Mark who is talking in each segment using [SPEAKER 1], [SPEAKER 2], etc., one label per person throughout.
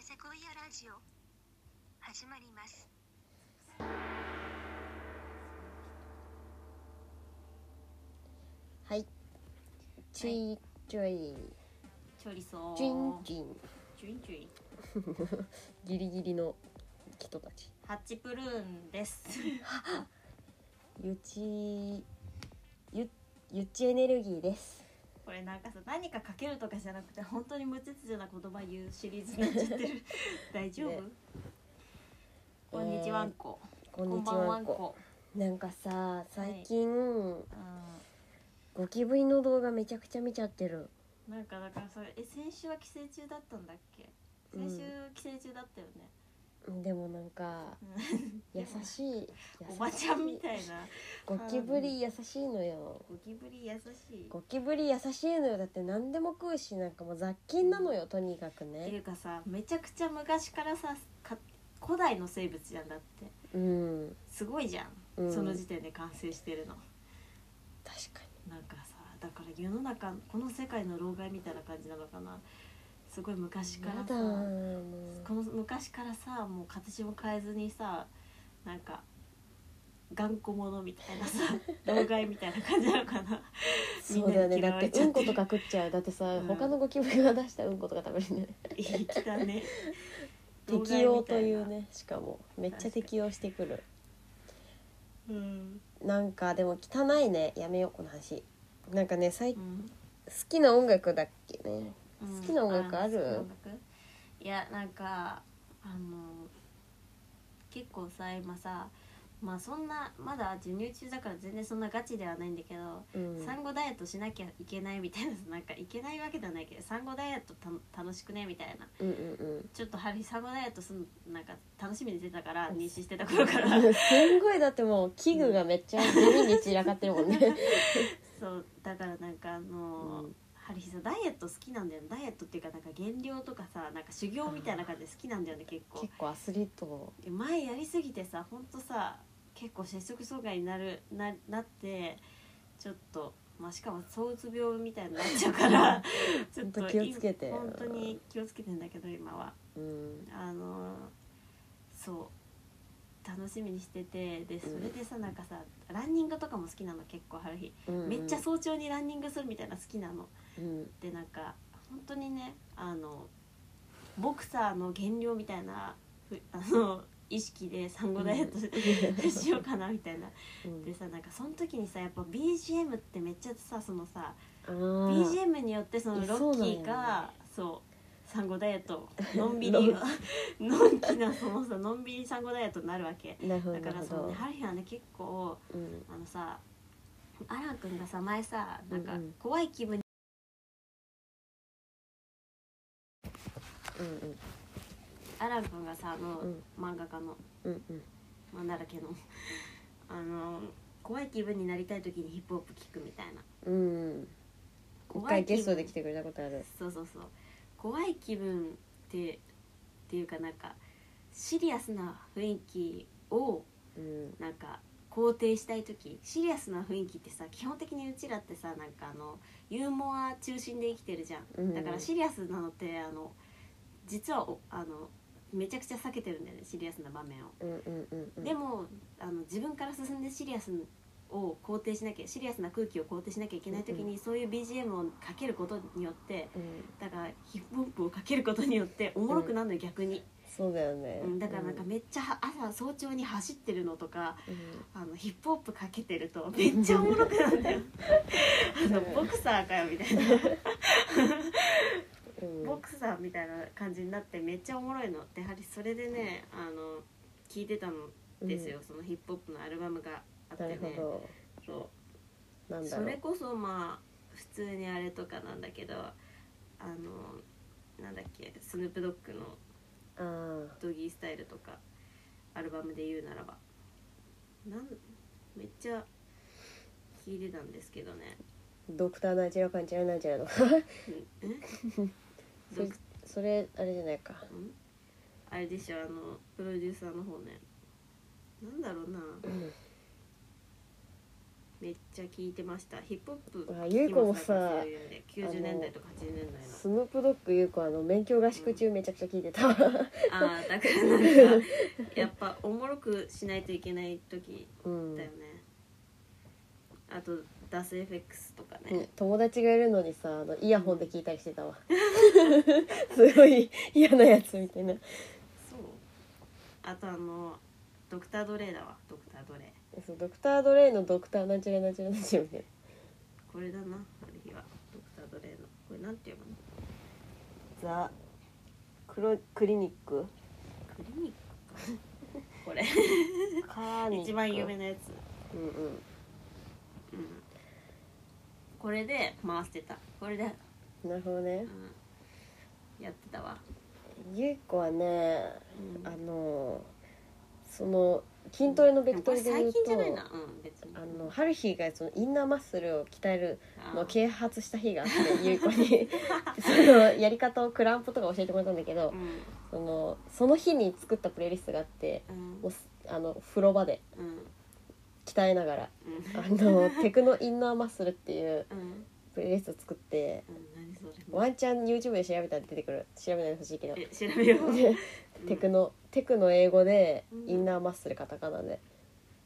[SPEAKER 1] セコイアラジオ始まります
[SPEAKER 2] はい。チーチョイ、
[SPEAKER 3] チョリソー。
[SPEAKER 2] ジュンジン、
[SPEAKER 3] チュインチュイ。
[SPEAKER 2] ギリギリの人たち。
[SPEAKER 3] ハッチプルーンです。
[SPEAKER 2] ゆち、ゆ、ゆちエネルギーです。
[SPEAKER 3] これなんかさ、何かかけるとかじゃなくて、本当に無秩序な言葉言うシリーズになっちゃって る。大丈夫、
[SPEAKER 2] ね
[SPEAKER 3] こんにちは、わんこ。
[SPEAKER 2] こんにち
[SPEAKER 3] ばん
[SPEAKER 2] は
[SPEAKER 3] わ
[SPEAKER 2] ん
[SPEAKER 3] ん
[SPEAKER 2] こ。
[SPEAKER 3] こ。
[SPEAKER 2] なんかさ、最近、
[SPEAKER 3] う
[SPEAKER 2] ゴキブリの動画めちゃくちゃ見ちゃってる。
[SPEAKER 3] ん。なんかだからそれ、え、先週は寄生虫だったんだっけ
[SPEAKER 2] うん
[SPEAKER 3] 先週寄生虫だったよね。
[SPEAKER 2] でもなんか、
[SPEAKER 3] うん
[SPEAKER 2] 優しい。優し
[SPEAKER 3] おばちゃんみたいな。
[SPEAKER 2] ゴキブリ優しいのよ。
[SPEAKER 3] ゴキブリ優しい。
[SPEAKER 2] ゴキブリ優しいのよ。だって何でも食うし、なんかもう雑菌なのよ、とにかく
[SPEAKER 3] ってい
[SPEAKER 2] ね。
[SPEAKER 3] うかさ、めちゃくちゃ昔からさ、か古代の生物じゃんだって。
[SPEAKER 2] うん。
[SPEAKER 3] すごいじゃん、
[SPEAKER 2] うん
[SPEAKER 3] その時点で完成してるの
[SPEAKER 2] 確かに。
[SPEAKER 3] なんかさだから世の中この世界の老害みたいな感じなのかなすごい昔から
[SPEAKER 2] や
[SPEAKER 3] さ
[SPEAKER 2] だーもう
[SPEAKER 3] この昔からさもう形も変えずにさなんか頑固者みたい なさ老害みたいな感じなのかな
[SPEAKER 2] そうだよね
[SPEAKER 3] みん
[SPEAKER 2] だ
[SPEAKER 3] なに嫌わ
[SPEAKER 2] っ
[SPEAKER 3] れ
[SPEAKER 2] て
[SPEAKER 3] ちゃ
[SPEAKER 2] う
[SPEAKER 3] っ
[SPEAKER 2] んこ
[SPEAKER 3] てる
[SPEAKER 2] とか食っちゃうだってさ、
[SPEAKER 3] うん
[SPEAKER 2] 他のゴキブリが出したうんことか食べる ね
[SPEAKER 3] 生きたね
[SPEAKER 2] 適応とい
[SPEAKER 3] 老
[SPEAKER 2] う
[SPEAKER 3] 害みたな
[SPEAKER 2] ねしかもめっちゃ適応してくる
[SPEAKER 3] うん、
[SPEAKER 2] なんかでも汚いねやめようこの話なんかね最
[SPEAKER 3] う
[SPEAKER 2] 好
[SPEAKER 3] ん
[SPEAKER 2] きな音楽だっけね
[SPEAKER 3] うん
[SPEAKER 2] 好きな音楽ある
[SPEAKER 3] の好きな音楽いやなんかあの結構さ今さまあそんなまだ授乳中だから全然そんなガチではないんだけど、
[SPEAKER 2] うん
[SPEAKER 3] 産後ダイエットしなきゃいけないみたいななんかいけないわけではないけど産後ダイエットた楽しくねみたいな
[SPEAKER 2] うんうん
[SPEAKER 3] ちょっとはり産後ダイエットするのなんか楽しみにしてたから
[SPEAKER 2] うん
[SPEAKER 3] 妊娠してた頃か
[SPEAKER 2] う
[SPEAKER 3] ら
[SPEAKER 2] んすんごいだってもう器具がめっちゃ地味に散らかってるもんね
[SPEAKER 3] そうだからなんかあの、
[SPEAKER 2] うん
[SPEAKER 3] ハリヒさダイエット好きなんだよねダイエットっていうかなんか減量とかさなんか修行みたいな感じで好きなんだよね結 構
[SPEAKER 2] 結構アスリート
[SPEAKER 3] で前やりすぎてさほんとさ結構摂食障害になるななってちょっと、まあ、しかも躁うつ病みたいになっちゃうから ちょっ
[SPEAKER 2] ほ
[SPEAKER 3] と
[SPEAKER 2] んと気をつけて
[SPEAKER 3] い本当に気をつけてんだけど今は
[SPEAKER 2] うん
[SPEAKER 3] あのーそう楽しみにしててでそれでさなんかさランニングとかも好きなの結構春日、
[SPEAKER 2] うんうん
[SPEAKER 3] めっちゃ早朝にランニングするみたいな好きなの
[SPEAKER 2] うん
[SPEAKER 3] でなんか本当にねあのボクサーの減量みたいなふ あの意識で産後ダイエットし しようかなみたいな
[SPEAKER 2] うん
[SPEAKER 3] でさなんかその時にさやっぱ BGM ってめっちゃさそのさ
[SPEAKER 2] あー
[SPEAKER 3] BGM によってその
[SPEAKER 2] いやそ
[SPEAKER 3] ロ
[SPEAKER 2] う
[SPEAKER 3] ッ
[SPEAKER 2] なん
[SPEAKER 3] キ
[SPEAKER 2] よ
[SPEAKER 3] ー
[SPEAKER 2] ね
[SPEAKER 3] がそう産後ダイエッ トのんびりが のんきなそのさのんびり産後ダイエットになるわけ
[SPEAKER 2] なるほど
[SPEAKER 3] だか
[SPEAKER 2] なる
[SPEAKER 3] ら
[SPEAKER 2] ほ
[SPEAKER 3] そのね
[SPEAKER 2] ど
[SPEAKER 3] ハリーはね結構
[SPEAKER 2] うん
[SPEAKER 3] あのさアラン君がさ前さなんか
[SPEAKER 2] うんうん
[SPEAKER 3] 怖い気分
[SPEAKER 2] うんうん
[SPEAKER 3] アラン君がさあの、
[SPEAKER 2] うん
[SPEAKER 3] 漫画家の
[SPEAKER 2] うんうん
[SPEAKER 3] なんだらけの あの怖い気分になりたい時にヒップホップ聞くみたいな
[SPEAKER 2] うん一
[SPEAKER 3] 怖
[SPEAKER 2] 回
[SPEAKER 3] い気
[SPEAKER 2] ゲ
[SPEAKER 3] 分
[SPEAKER 2] ストで来てくれたことある
[SPEAKER 3] そうそうそう怖い気分ってっていうかなんかシリアスな雰囲気を
[SPEAKER 2] うん
[SPEAKER 3] なんか肯定したい時シリアスな雰囲気ってさ基本的にうちらってさなんかあのユーモア中心で生きてるじゃん、
[SPEAKER 2] うん
[SPEAKER 3] だからシリアスなのってあの実はおあのめちゃくちゃ避けてるんだよねシリアスな場面を。
[SPEAKER 2] うんうんうんうん
[SPEAKER 3] でもあの自分から進んでシリアスを肯定しなきゃシリアスな空気を肯定しなきゃいけない時に、
[SPEAKER 2] うん
[SPEAKER 3] そういう BGM をかけることによって
[SPEAKER 2] うん
[SPEAKER 3] だからヒップホップをかけることによっておもろくなるのよ、逆に、
[SPEAKER 2] そうだよね、
[SPEAKER 3] うんだからなんかめっちゃ朝早朝に走ってるのとか
[SPEAKER 2] うん
[SPEAKER 3] あのヒップホップかけてるとめっちゃおもろく なるんだよあのボクサーかよみたいな
[SPEAKER 2] うん
[SPEAKER 3] ボクサーみたいな感じになってめっちゃおもろいのでやはりそれでねあの聞いてたんですよ、そのヒップホップのアルバムがあって
[SPEAKER 2] な
[SPEAKER 3] ね
[SPEAKER 2] るほど
[SPEAKER 3] そう
[SPEAKER 2] なんだ
[SPEAKER 3] そ
[SPEAKER 2] ろ
[SPEAKER 3] れ
[SPEAKER 2] う
[SPEAKER 3] こそまあ普通にあれとかなんだけどあのなんだっけスヌープドッグの
[SPEAKER 2] あー
[SPEAKER 3] ドギースタイルとかアルバムで言うならばなんめっちゃ聞いてたんですけどね
[SPEAKER 2] ドクターなんちゃらかんちゃらなんちゃらの
[SPEAKER 3] うんん
[SPEAKER 2] そ
[SPEAKER 3] ド
[SPEAKER 2] れ
[SPEAKER 3] ク
[SPEAKER 2] それあれじゃないか
[SPEAKER 3] んあれでしょあのプロデューサーの方ねなんだろうな
[SPEAKER 2] うん
[SPEAKER 3] めっちゃ聞いてましたヒップホップ
[SPEAKER 2] あゆいこもさ
[SPEAKER 3] 今更そういうので90年代とか80年代の
[SPEAKER 2] スヌープドッグ優子あの勉強合宿中めちゃくちゃ聞いてたわ
[SPEAKER 3] ああだからなんかやっぱおもろくしないといけない時
[SPEAKER 2] うん、
[SPEAKER 3] だよね、あとダス FX とかね、
[SPEAKER 2] うん友達がいるのにさあのイヤホンで聞いたりしてたわ すごい嫌なやつみたいな
[SPEAKER 3] そうあとあのドクター・ドレーだわドクター・ドレー
[SPEAKER 2] そうドクター・ドレイのドクターなんちゃらなんちゃらなんちゃらみたいな
[SPEAKER 3] これだなある日はドクター・ドレーのこれなんて読むのザ・
[SPEAKER 2] クロクリニック
[SPEAKER 3] クリニックか これ
[SPEAKER 2] カーニック
[SPEAKER 3] 一番有名なやつ
[SPEAKER 2] うんうん
[SPEAKER 3] うんこれで回してたこれで、
[SPEAKER 2] なるほどね
[SPEAKER 3] うん、やってたわ、
[SPEAKER 2] ゆい子はね
[SPEAKER 3] うん
[SPEAKER 2] あのその筋トレのベクトルで
[SPEAKER 3] これ
[SPEAKER 2] 言う
[SPEAKER 3] 最
[SPEAKER 2] と
[SPEAKER 3] 近じゃないなうん別に
[SPEAKER 2] あのハルヒがそのインナーマッスルを鍛える
[SPEAKER 3] あ
[SPEAKER 2] のを啓発した日があってゆい子 にそのやり方をクランプとか教えてもらったんだけど
[SPEAKER 3] うん
[SPEAKER 2] そのその日に作ったプレイリストがあって
[SPEAKER 3] うん
[SPEAKER 2] もうすあの風呂場で
[SPEAKER 3] うん
[SPEAKER 2] 鍛えながら
[SPEAKER 3] うん
[SPEAKER 2] あ のテクノインナーマッスルっていう
[SPEAKER 3] うん
[SPEAKER 2] プレイリストを作って
[SPEAKER 3] うん何それ
[SPEAKER 2] ワンチャン YouTube で調べたら出てくる調べないでほしい けど
[SPEAKER 3] え調べよう
[SPEAKER 2] でテクノ、テクノ英語で
[SPEAKER 3] うん
[SPEAKER 2] インナーマッスルカタカナで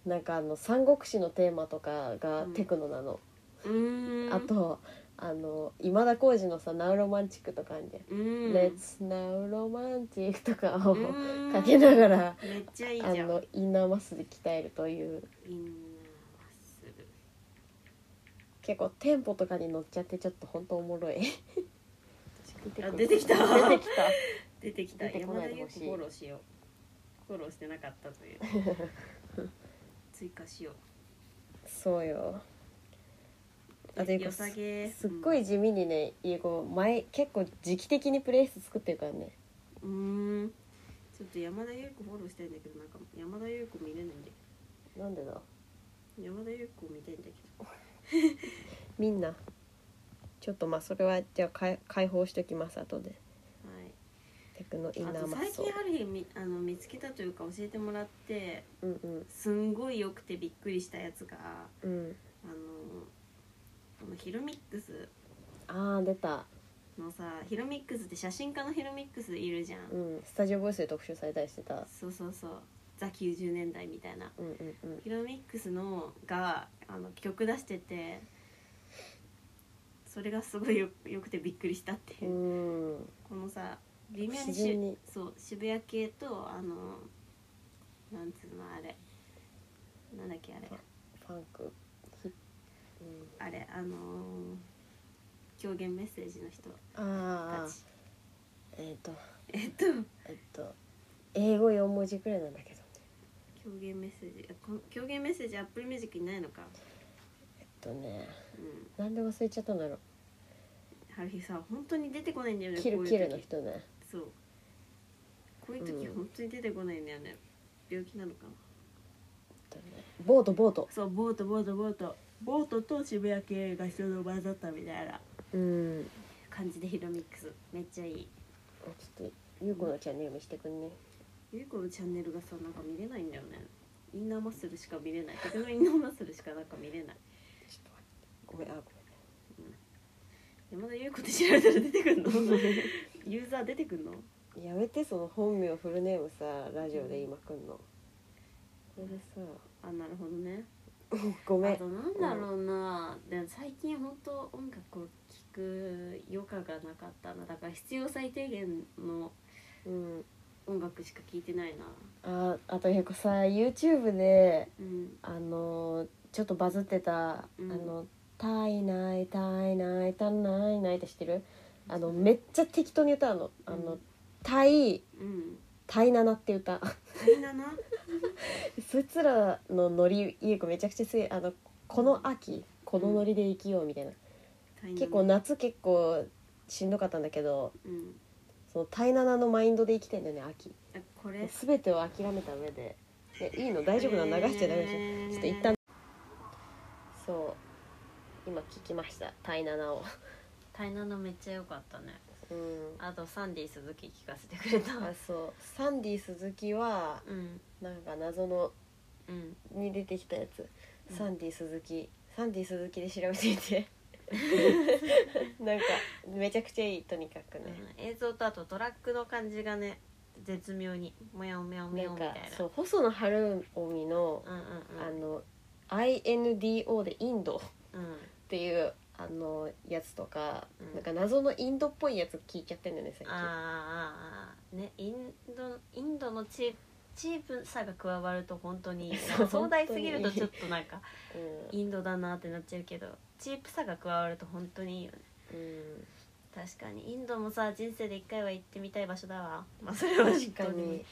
[SPEAKER 2] なんかあの三国志のテーマとかが
[SPEAKER 3] うん
[SPEAKER 2] テクノなの、
[SPEAKER 3] うん
[SPEAKER 2] あとあの今田耕司のさ「ナウロマンチック」とかあんじゃん
[SPEAKER 3] う
[SPEAKER 2] 「
[SPEAKER 3] ん
[SPEAKER 2] レッツナウロマンチック」とかを
[SPEAKER 3] うん
[SPEAKER 2] かけながら、
[SPEAKER 3] めっちゃいい
[SPEAKER 2] あ
[SPEAKER 3] じゃん
[SPEAKER 2] のインナーマッスル鍛えるという
[SPEAKER 3] インナーマッスル
[SPEAKER 2] 結構テンポとかに乗っちゃってちょっと本当おもろい
[SPEAKER 3] あ出てきた
[SPEAKER 2] 出てきた
[SPEAKER 3] 出てきた
[SPEAKER 2] 出てこ
[SPEAKER 3] 山
[SPEAKER 2] な
[SPEAKER 3] 田
[SPEAKER 2] いで
[SPEAKER 3] 優
[SPEAKER 2] ほ
[SPEAKER 3] 子
[SPEAKER 2] しい
[SPEAKER 3] フォローしようフォローしてなかったという追加しよ
[SPEAKER 2] そうよ
[SPEAKER 3] う
[SPEAKER 2] あという
[SPEAKER 3] 良
[SPEAKER 2] か
[SPEAKER 3] さげ
[SPEAKER 2] すっごい地味にね、英語前結構時期的にプレイス作ってるからね
[SPEAKER 3] うんうーんちょっと山田優子フォローしたいんだけどなんか山田優子見れないんで
[SPEAKER 2] なんでだ
[SPEAKER 3] 山田優子見たいんだけど
[SPEAKER 2] みんなちょっとまあそれはじゃあ解解放しておきます後で
[SPEAKER 3] はい
[SPEAKER 2] テクノインナ
[SPEAKER 3] あ
[SPEAKER 2] ー
[SPEAKER 3] と
[SPEAKER 2] マッ
[SPEAKER 3] 最
[SPEAKER 2] ソル
[SPEAKER 3] 近ある日みあの見つけたというか教えてもらって
[SPEAKER 2] うんうん
[SPEAKER 3] すんごい良くてびっくりしたやつが
[SPEAKER 2] うん
[SPEAKER 3] あのこのヒロミックス
[SPEAKER 2] あー出た、
[SPEAKER 3] のさヒロミックスって写真家のヒロミックスいるじゃん、
[SPEAKER 2] うん、スタジオボイスで特集されたりしてた
[SPEAKER 3] そうそうそうザ90年代みたいな
[SPEAKER 2] うんうんうん
[SPEAKER 3] ヒロミックスのがあの曲出しててそれがすごいよよくてびっくりしたっていう、
[SPEAKER 2] うん
[SPEAKER 3] このさ微妙に
[SPEAKER 2] 自然に
[SPEAKER 3] しそう渋谷系とあのなんつうのあれなんだっけあれ
[SPEAKER 2] ファンクヒ
[SPEAKER 3] あれあのー狂言メッセージの人
[SPEAKER 2] うん、あ
[SPEAKER 3] た
[SPEAKER 2] あ
[SPEAKER 3] ち
[SPEAKER 2] えっ、と
[SPEAKER 3] えっと
[SPEAKER 2] えっ、と英語4文字くらいなんだけど
[SPEAKER 3] 狂言メッセージあこ狂言メッセージアップルミュージックにないのか
[SPEAKER 2] えっとね
[SPEAKER 3] うん
[SPEAKER 2] なんで忘れちゃったんだろう
[SPEAKER 3] ある日さ本当に出てこないんだよね
[SPEAKER 2] キル
[SPEAKER 3] こういう
[SPEAKER 2] キル
[SPEAKER 3] 時
[SPEAKER 2] の人ね
[SPEAKER 3] そうこういう時
[SPEAKER 2] うん
[SPEAKER 3] 本当に出てこないんだよね、病気なのかな
[SPEAKER 2] えっとねボートボート
[SPEAKER 3] そうボートボートボートボートと渋谷系が一緒の場だったみたいな
[SPEAKER 2] うん
[SPEAKER 3] 感じでヒロミックスめっちゃいい
[SPEAKER 2] ちょっとゆうこのチャンネル見してくんね
[SPEAKER 3] ゆうこのチャンネルがさなんか見れないんだよねインナーマッスルしか見れない僕のインナーマッスルしかなんか見れない
[SPEAKER 2] ちょっと待ってごめんあ
[SPEAKER 3] 山田ゆうこって調べたら出てくんの ユーザー出てくんの
[SPEAKER 2] ごめんやめてその本名フルネームさラジオで今くんのこれで
[SPEAKER 3] あなるほどね
[SPEAKER 2] さごめ
[SPEAKER 3] あ
[SPEAKER 2] ん
[SPEAKER 3] となんだろうな、で最近本当音楽を聴く余暇がなかったなだから必要最低限の
[SPEAKER 2] うん
[SPEAKER 3] 音楽しか聴いてないな
[SPEAKER 2] ああとゆうこさ YouTube で
[SPEAKER 3] うん
[SPEAKER 2] あのーちょっとバズってた、
[SPEAKER 3] うん
[SPEAKER 2] あの「体内体内体内内」って知ってるあのめっちゃ適当に歌うの「あ
[SPEAKER 3] う
[SPEAKER 2] の
[SPEAKER 3] ん
[SPEAKER 2] 体
[SPEAKER 3] うん
[SPEAKER 2] 体七」って歌
[SPEAKER 3] 足りなな
[SPEAKER 2] そいつらのノリゆうこめちゃくちゃすいあのこの秋このノリで生きようみたいな
[SPEAKER 3] 足りなな
[SPEAKER 2] 結構夏結構しんどかったんだけど
[SPEAKER 3] うん
[SPEAKER 2] そのタイナナのマインドで生きてんだよね秋
[SPEAKER 3] あこれ
[SPEAKER 2] 全てを諦めた上ででいいの大丈夫なの流しちゃダメでしょ、
[SPEAKER 3] えー
[SPEAKER 2] ちょっと一旦そう今聞きましたタイナナを
[SPEAKER 3] 足りななめっちゃ良かったね
[SPEAKER 2] うん
[SPEAKER 3] あとサンディ鈴木聞かせてくれた
[SPEAKER 2] あそうサンディ鈴木は
[SPEAKER 3] うん
[SPEAKER 2] なんか謎の
[SPEAKER 3] うん
[SPEAKER 2] に出てきたやつ、
[SPEAKER 3] うん
[SPEAKER 2] サンディ鈴木サンディ鈴木で調べてみ てなんかめちゃくちゃいいとにかくね、
[SPEAKER 3] うん映像とあとトラックの感じがね絶妙にもやもやもや
[SPEAKER 2] なん
[SPEAKER 3] みたい
[SPEAKER 2] か
[SPEAKER 3] な
[SPEAKER 2] そう細野晴臣の
[SPEAKER 3] うんうん
[SPEAKER 2] あの INDO でインド
[SPEAKER 3] うんうん
[SPEAKER 2] っていうあのやつとか、
[SPEAKER 3] うん
[SPEAKER 2] なんか謎のインドっぽいやつ聞いちゃってんだよね最近
[SPEAKER 3] あーあーあーねインドインドのチーチープさが加わると本 当になんか壮大すぎるとちょっとなんか
[SPEAKER 2] う
[SPEAKER 3] インドだなってなっちゃうけどチープさが加わると本当にいいよね
[SPEAKER 2] ん、うん、
[SPEAKER 3] 確かにインドもさ人生で一回は行ってみたい場所だわまあそれは
[SPEAKER 2] 確
[SPEAKER 3] 確
[SPEAKER 2] か
[SPEAKER 3] か
[SPEAKER 2] に
[SPEAKER 3] に行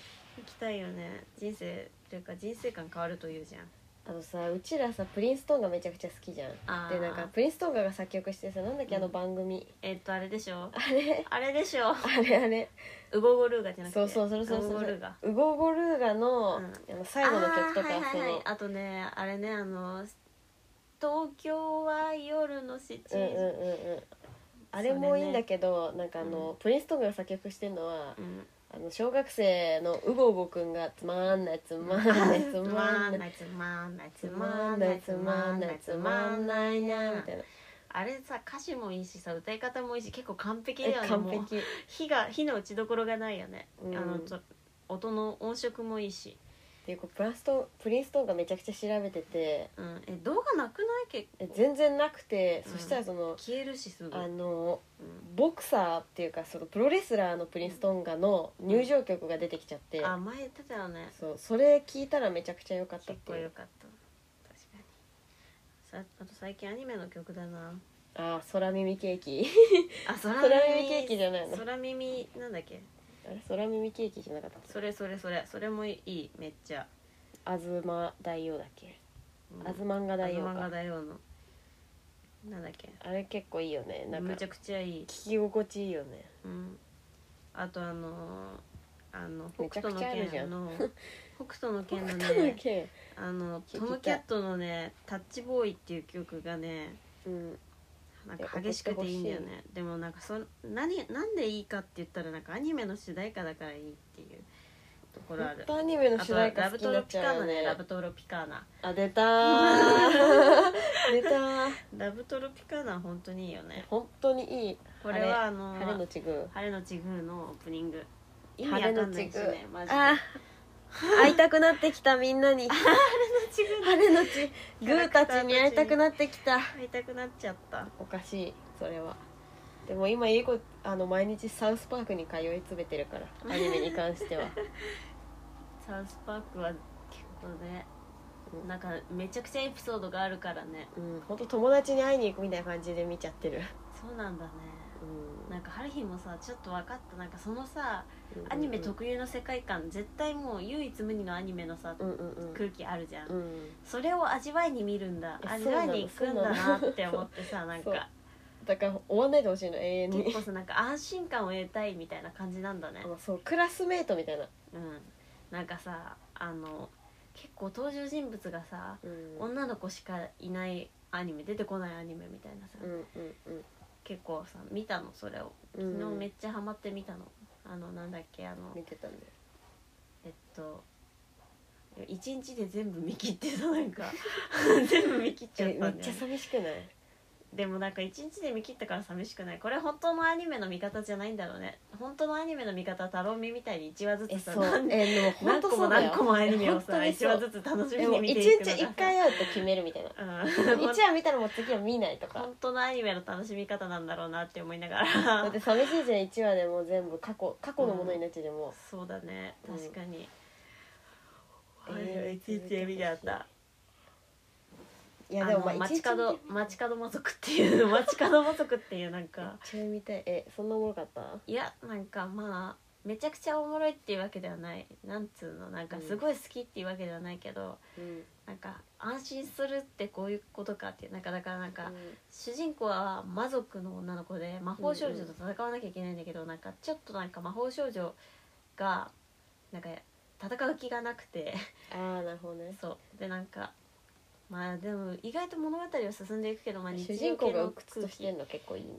[SPEAKER 3] きたいよね人生というか人生観変わるというじゃん
[SPEAKER 2] あのさうちらさプリンストンがめちゃくちゃ好きじゃん
[SPEAKER 3] あ
[SPEAKER 2] で
[SPEAKER 3] ー
[SPEAKER 2] なんかプリンストンが作曲してさなんだっけあの番組、
[SPEAKER 3] えっとあれでしょ
[SPEAKER 2] あれ
[SPEAKER 3] あれでしょ
[SPEAKER 2] あれあれ
[SPEAKER 3] ウゴゴルーガじゃなくて
[SPEAKER 2] そうそうそうそう
[SPEAKER 3] ウ
[SPEAKER 2] そ
[SPEAKER 3] ゴゴルー
[SPEAKER 2] う
[SPEAKER 3] ガ
[SPEAKER 2] ウゴゴルーガの,、
[SPEAKER 3] うん
[SPEAKER 2] あの最後の曲とか
[SPEAKER 3] あーはい
[SPEAKER 2] そ
[SPEAKER 3] はいはい
[SPEAKER 2] の
[SPEAKER 3] あとねあれねあの東京は夜の7時、
[SPEAKER 2] うんうんうんうんあれもいいんだけど、なんかあの、プリンストンが作曲してるのは、
[SPEAKER 3] うん
[SPEAKER 2] あの小学生のウゴウゴくんがつまんないつまんないつ
[SPEAKER 3] つ
[SPEAKER 2] ま
[SPEAKER 3] ま
[SPEAKER 2] んな
[SPEAKER 3] んないいつまんない
[SPEAKER 2] つ
[SPEAKER 3] つ
[SPEAKER 2] ま
[SPEAKER 3] ま
[SPEAKER 2] ん
[SPEAKER 3] ん
[SPEAKER 2] な
[SPEAKER 3] ないい
[SPEAKER 2] つ
[SPEAKER 3] つ
[SPEAKER 2] ま
[SPEAKER 3] ま
[SPEAKER 2] ん
[SPEAKER 3] ん
[SPEAKER 2] な
[SPEAKER 3] ないい
[SPEAKER 2] つ
[SPEAKER 3] つ
[SPEAKER 2] ま
[SPEAKER 3] ま
[SPEAKER 2] ん
[SPEAKER 3] ん
[SPEAKER 2] な
[SPEAKER 3] ないい
[SPEAKER 2] なみ
[SPEAKER 3] な
[SPEAKER 2] たいな
[SPEAKER 3] あれさ歌詞もいいしさ歌い方もいいし結構完璧だ
[SPEAKER 2] え
[SPEAKER 3] よね
[SPEAKER 2] 完
[SPEAKER 3] もう
[SPEAKER 2] 璧
[SPEAKER 3] 火が火の打ちどころがないよね、
[SPEAKER 2] うん
[SPEAKER 3] あのと音の音色もいいし、
[SPEAKER 2] でこうプラストンプリンストンがめちゃくちゃ調べてて
[SPEAKER 3] うん、え動画なくない結
[SPEAKER 2] え
[SPEAKER 3] 構
[SPEAKER 2] 全然なくて、
[SPEAKER 3] うん
[SPEAKER 2] そしたらその
[SPEAKER 3] 消えるしすぐ、
[SPEAKER 2] あの
[SPEAKER 3] うん
[SPEAKER 2] ボクサーっていうかそのプロレスラーのプリンストンガの入場曲が出てきちゃって、
[SPEAKER 3] あ前言ってたよね
[SPEAKER 2] そうそれ聞いたらめちゃくちゃ良かったっ
[SPEAKER 3] 結
[SPEAKER 2] て
[SPEAKER 3] 構
[SPEAKER 2] い
[SPEAKER 3] 良
[SPEAKER 2] う
[SPEAKER 3] かった確かにさあと最近アニメの曲だな
[SPEAKER 2] あー空耳ケーキ
[SPEAKER 3] あ空
[SPEAKER 2] 空耳ケーキじゃないの
[SPEAKER 3] 空耳なんだっけ
[SPEAKER 2] あれ空耳ケーキじゃなかった
[SPEAKER 3] それそれそれそれもいいめっちゃ、
[SPEAKER 2] 東大王だっけ
[SPEAKER 3] うん、
[SPEAKER 2] 東漫画大王
[SPEAKER 3] 東
[SPEAKER 2] か
[SPEAKER 3] が大王のなんだっけ
[SPEAKER 2] あれ結構いいよねなん
[SPEAKER 3] め
[SPEAKER 2] か
[SPEAKER 3] ちゃくちゃいい、
[SPEAKER 2] 聞き心地いいよね
[SPEAKER 3] うん、あとあのーあの
[SPEAKER 2] めち
[SPEAKER 3] 北
[SPEAKER 2] ゃく
[SPEAKER 3] 斗
[SPEAKER 2] ち
[SPEAKER 3] の
[SPEAKER 2] ゃあるじゃん
[SPEAKER 3] 剣の 北斗の
[SPEAKER 2] 北
[SPEAKER 3] 剣の
[SPEAKER 2] 斗の
[SPEAKER 3] ね
[SPEAKER 2] 剣
[SPEAKER 3] あの
[SPEAKER 2] 聞きたい
[SPEAKER 3] トムキャットのね「タッチボーイ」っていう曲がね
[SPEAKER 2] うん
[SPEAKER 3] なんか激しくていいんだよねでもなんかそ何なんでいいかって言ったらなんかアニメの主題歌だからいいっていうところあ
[SPEAKER 2] 本
[SPEAKER 3] る
[SPEAKER 2] 当アニメの
[SPEAKER 3] あ
[SPEAKER 2] 主
[SPEAKER 3] と
[SPEAKER 2] 題
[SPEAKER 3] は
[SPEAKER 2] 歌好
[SPEAKER 3] ラブ
[SPEAKER 2] きに
[SPEAKER 3] ト
[SPEAKER 2] な
[SPEAKER 3] ロ
[SPEAKER 2] っ
[SPEAKER 3] ピ
[SPEAKER 2] ち
[SPEAKER 3] カ
[SPEAKER 2] ゃうよ
[SPEAKER 3] ーナ
[SPEAKER 2] ね
[SPEAKER 3] ラブトロピカーナ
[SPEAKER 2] あ出たー 出たー
[SPEAKER 3] ラブトロピカーナは本当にいいよね
[SPEAKER 2] 本当にいい
[SPEAKER 3] これはあの
[SPEAKER 2] 晴れのちぐ
[SPEAKER 3] 晴れのちぐーのオープニング意味わかんないしねマジで
[SPEAKER 2] あー会いたくなってきたみんな に
[SPEAKER 3] ちぐー
[SPEAKER 2] 晴れのちぐーたちに会いたくなってきた
[SPEAKER 3] 会いたくなっちゃった
[SPEAKER 2] おかしいそれはでも今いい子あの毎日サウスパークに通い詰めてるからアニメに関して は
[SPEAKER 3] サウスパークは結構ねなんかめちゃくちゃエピソードがあるからね
[SPEAKER 2] うん本当友達に会いに行くみたいな感じで見ちゃってる、
[SPEAKER 3] そうなんだね
[SPEAKER 2] う
[SPEAKER 3] なんか春日もさちょっと分かったなんかそのさ
[SPEAKER 2] ん、
[SPEAKER 3] アニメ特有の世界観絶対もう唯一無二のアニメのさ
[SPEAKER 2] うんうんうん
[SPEAKER 3] 空気あるじゃん、
[SPEAKER 2] うん
[SPEAKER 3] それを味わいに見るんだ
[SPEAKER 2] え
[SPEAKER 3] 味わいに行くんだ
[SPEAKER 2] そうなのそうな
[SPEAKER 3] な
[SPEAKER 2] の
[SPEAKER 3] って思ってさなん
[SPEAKER 2] そう
[SPEAKER 3] か
[SPEAKER 2] だから終わんないでほしいの永遠
[SPEAKER 3] 結
[SPEAKER 2] に
[SPEAKER 3] 構さなんか安心感を得たいみたいな感じなんだね
[SPEAKER 2] あのそうクラスメートみたいな、
[SPEAKER 3] うんなんかさあの結構登場人物がさ
[SPEAKER 2] うんうん
[SPEAKER 3] 女の子しかいないアニメ出てこないアニメみたいなさ、
[SPEAKER 2] うん
[SPEAKER 3] 結構さ見たのそれを
[SPEAKER 2] うん
[SPEAKER 3] 昨日め
[SPEAKER 2] め
[SPEAKER 3] っちゃハマって見たの、あのなんだっけあの
[SPEAKER 2] 見てたんだよ
[SPEAKER 3] えっと一日で全部見切ってさなんか 全部見切っちゃっ
[SPEAKER 2] え
[SPEAKER 3] た
[SPEAKER 2] めっ
[SPEAKER 3] んだ
[SPEAKER 2] ち
[SPEAKER 3] よ
[SPEAKER 2] ゃ
[SPEAKER 3] ね
[SPEAKER 2] 寂しくない
[SPEAKER 3] でもなんか一日で見切ったから寂しくないこれ本当のアニメの見方じゃないんだろうね本当のアニメの見方はタロンミみたいに1話ず
[SPEAKER 2] え
[SPEAKER 3] つさ
[SPEAKER 2] そうえでも本
[SPEAKER 3] 何
[SPEAKER 2] 当
[SPEAKER 3] 個
[SPEAKER 2] そ
[SPEAKER 3] も
[SPEAKER 2] うだよ
[SPEAKER 3] 何個もアニメをさ
[SPEAKER 2] 本当にそ
[SPEAKER 3] 1
[SPEAKER 2] う
[SPEAKER 3] 話ずつ楽し
[SPEAKER 2] で
[SPEAKER 3] み
[SPEAKER 2] も1
[SPEAKER 3] に見ていくの
[SPEAKER 2] 日
[SPEAKER 3] がさ
[SPEAKER 2] 1回 会うと決めるみたいな
[SPEAKER 3] う
[SPEAKER 2] 1
[SPEAKER 3] ん
[SPEAKER 2] 話見たらもう次は見ないとか
[SPEAKER 3] 本当のアニメの楽しみ方なんだろうなって思いなが
[SPEAKER 2] だっ
[SPEAKER 3] ら
[SPEAKER 2] て寂しいじゃん1話でもう全部過去過去のものになっちゃうじゃんもう、
[SPEAKER 3] そうだね
[SPEAKER 2] うん
[SPEAKER 3] 確かに、
[SPEAKER 2] うん
[SPEAKER 3] アニメ一日で見ちゃった
[SPEAKER 2] いやでもま
[SPEAKER 3] あ
[SPEAKER 2] あ
[SPEAKER 3] の
[SPEAKER 2] 一日
[SPEAKER 3] 街角街角魔族ってい う街角魔族っていうなんか
[SPEAKER 2] 中見たいえそんなおもろかった
[SPEAKER 3] いやなんかまあめちゃくちゃおもろいっていうわけではないなんつうのなんかすごい好きっていうわけではないけど、
[SPEAKER 2] うん
[SPEAKER 3] なんか安心するってこういうことかっていうなんかだからなんか、主人公は魔族の女の子で魔法少女と戦わなきゃいけないんだけど、なんかちょっとなんか魔法少女がなんか戦う気がなくて
[SPEAKER 2] ああなるほどね
[SPEAKER 3] そうでなんかまあでも意外と物語は進んでいくけど、まあ、
[SPEAKER 2] 主
[SPEAKER 3] 日
[SPEAKER 2] 人公
[SPEAKER 3] 常系
[SPEAKER 2] が
[SPEAKER 3] の
[SPEAKER 2] うくつとしてんの結構いいね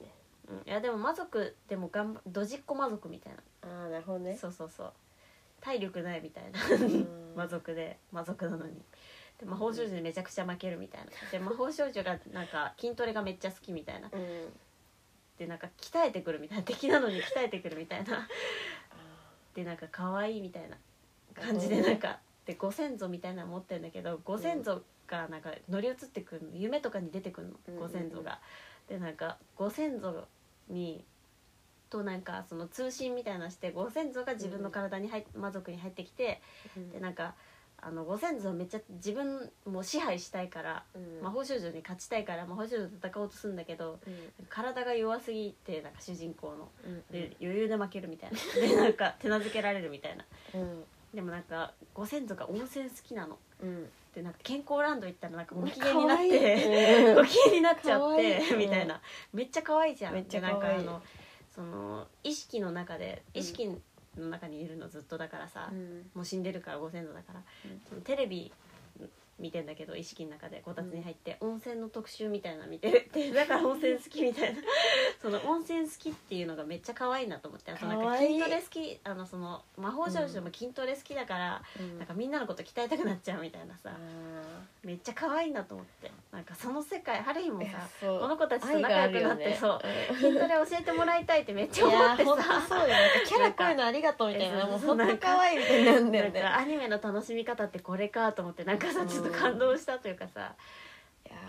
[SPEAKER 3] うん、いやでも魔族でも頑張ドジっ子魔族みたい
[SPEAKER 2] ああなるほど
[SPEAKER 3] な、
[SPEAKER 2] ね
[SPEAKER 3] そうそうそう体力ないみたいな
[SPEAKER 2] うん
[SPEAKER 3] 魔族で魔族なのにで魔法少女にめちゃくちゃ負けるみたいなで魔法少女がなんか筋トレがめっちゃ好きみたいな
[SPEAKER 2] うん
[SPEAKER 3] でなんか鍛えてくるみたいな敵なのに鍛えてくるみたいなでなんか可愛いみたいな感じでなんかでご先祖みたいなの持ってるんだけどご先祖がなんか乗り移ってくるの夢とかに出てくる
[SPEAKER 2] うんうん
[SPEAKER 3] の
[SPEAKER 2] うん
[SPEAKER 3] ご先祖が。でなんかご先祖にとなんかその通信みたいなのしてご先祖が自分の体に入っ魔族に入ってきてでなんかあのご先祖めっちゃ自分も支配したいから
[SPEAKER 2] うん
[SPEAKER 3] 魔法少女に勝ちたいから魔法少女と戦おうとするんだけど
[SPEAKER 2] うん
[SPEAKER 3] 体が弱すぎてなんか主人公の
[SPEAKER 2] うん
[SPEAKER 3] で余裕で負けるみたいなでなんか手なずけられるみたいな
[SPEAKER 2] うん
[SPEAKER 3] でもなんかご先祖が温泉好きなの
[SPEAKER 2] うん
[SPEAKER 3] でなんか健康ランド行ったらなんかご機嫌
[SPEAKER 2] 可
[SPEAKER 3] になっ
[SPEAKER 2] 愛い
[SPEAKER 3] て ご機嫌になっちゃ
[SPEAKER 2] 可
[SPEAKER 3] っ
[SPEAKER 2] 愛
[SPEAKER 3] て
[SPEAKER 2] い
[SPEAKER 3] みたいなめっちゃ可愛いじゃん
[SPEAKER 2] めっちゃ
[SPEAKER 3] で
[SPEAKER 2] 可愛い
[SPEAKER 3] なんかあのその意識の中で
[SPEAKER 2] うん
[SPEAKER 3] 意識の中にいるのずっとだからさ、
[SPEAKER 2] うん
[SPEAKER 3] もう死んでるからご先祖だから、
[SPEAKER 2] うん
[SPEAKER 3] そのテレビ見てんだけど意識の中でこたつに入って、温泉の特集みたいなの見てる ってだから温泉好きみたい なその温泉好きっていうのがめっちゃ可愛いなと思ってあとなん
[SPEAKER 2] 可
[SPEAKER 3] か
[SPEAKER 2] 愛い
[SPEAKER 3] 筋トレ好きあのその魔法少女も筋トレ好きだから、
[SPEAKER 2] うん
[SPEAKER 3] なんかみんなのこと鍛えたくなっちゃうみたいなさ、
[SPEAKER 2] あ
[SPEAKER 3] めっちゃ可愛いなと思ってなんかその世界ある日も
[SPEAKER 2] ーい
[SPEAKER 3] さ
[SPEAKER 2] やそう
[SPEAKER 3] この子たちと
[SPEAKER 2] 愛が
[SPEAKER 3] 仲
[SPEAKER 2] あ
[SPEAKER 3] 良
[SPEAKER 2] る
[SPEAKER 3] くな
[SPEAKER 2] よ
[SPEAKER 3] って、
[SPEAKER 2] ね
[SPEAKER 3] そう筋トレ教えてもらいたいってめっ
[SPEAKER 2] い
[SPEAKER 3] ちゃ思
[SPEAKER 2] や
[SPEAKER 3] って
[SPEAKER 2] 本当
[SPEAKER 3] さ
[SPEAKER 2] そうよなんかキャラ濃いのありがとうみたいな
[SPEAKER 3] なんか
[SPEAKER 2] もう本当可愛いみたいになるんだ
[SPEAKER 3] な
[SPEAKER 2] よ
[SPEAKER 3] ん
[SPEAKER 2] ね
[SPEAKER 3] かアニメの楽しみ方ってこれかと思ってなんか
[SPEAKER 2] う
[SPEAKER 3] さ
[SPEAKER 2] ん
[SPEAKER 3] ちょっと感動したというかさ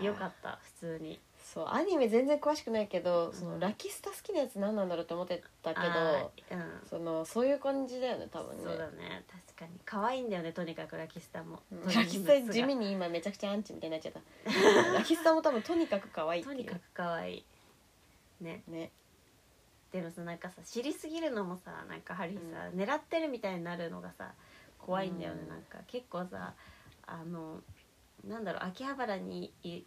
[SPEAKER 2] いや
[SPEAKER 3] よかった普通に
[SPEAKER 2] そうアニメ全然詳しくないけど
[SPEAKER 3] ん
[SPEAKER 2] そのラキスタ好きなやつ何なんだろうと思ってたけ
[SPEAKER 3] あ
[SPEAKER 2] ど
[SPEAKER 3] ーうん
[SPEAKER 2] そのそういう感じだよね多分
[SPEAKER 3] そうだ
[SPEAKER 2] ね
[SPEAKER 3] ね確かに可愛いんだよねとにかくラキスタも
[SPEAKER 2] うん
[SPEAKER 3] とにか
[SPEAKER 2] ラ
[SPEAKER 3] く
[SPEAKER 2] キスタ地味に今めちゃくちゃアンチみたいになっちゃった ラキスタも多分とにかく可愛いって
[SPEAKER 3] と
[SPEAKER 2] いう
[SPEAKER 3] にかく可愛いね
[SPEAKER 2] ね
[SPEAKER 3] でもさなんかさ知りすぎるのもさなんかハリーさ、狙ってるみたいになるのがさ怖いんだよね、
[SPEAKER 2] うん
[SPEAKER 3] なんか結構さあのなんだろう秋葉原にい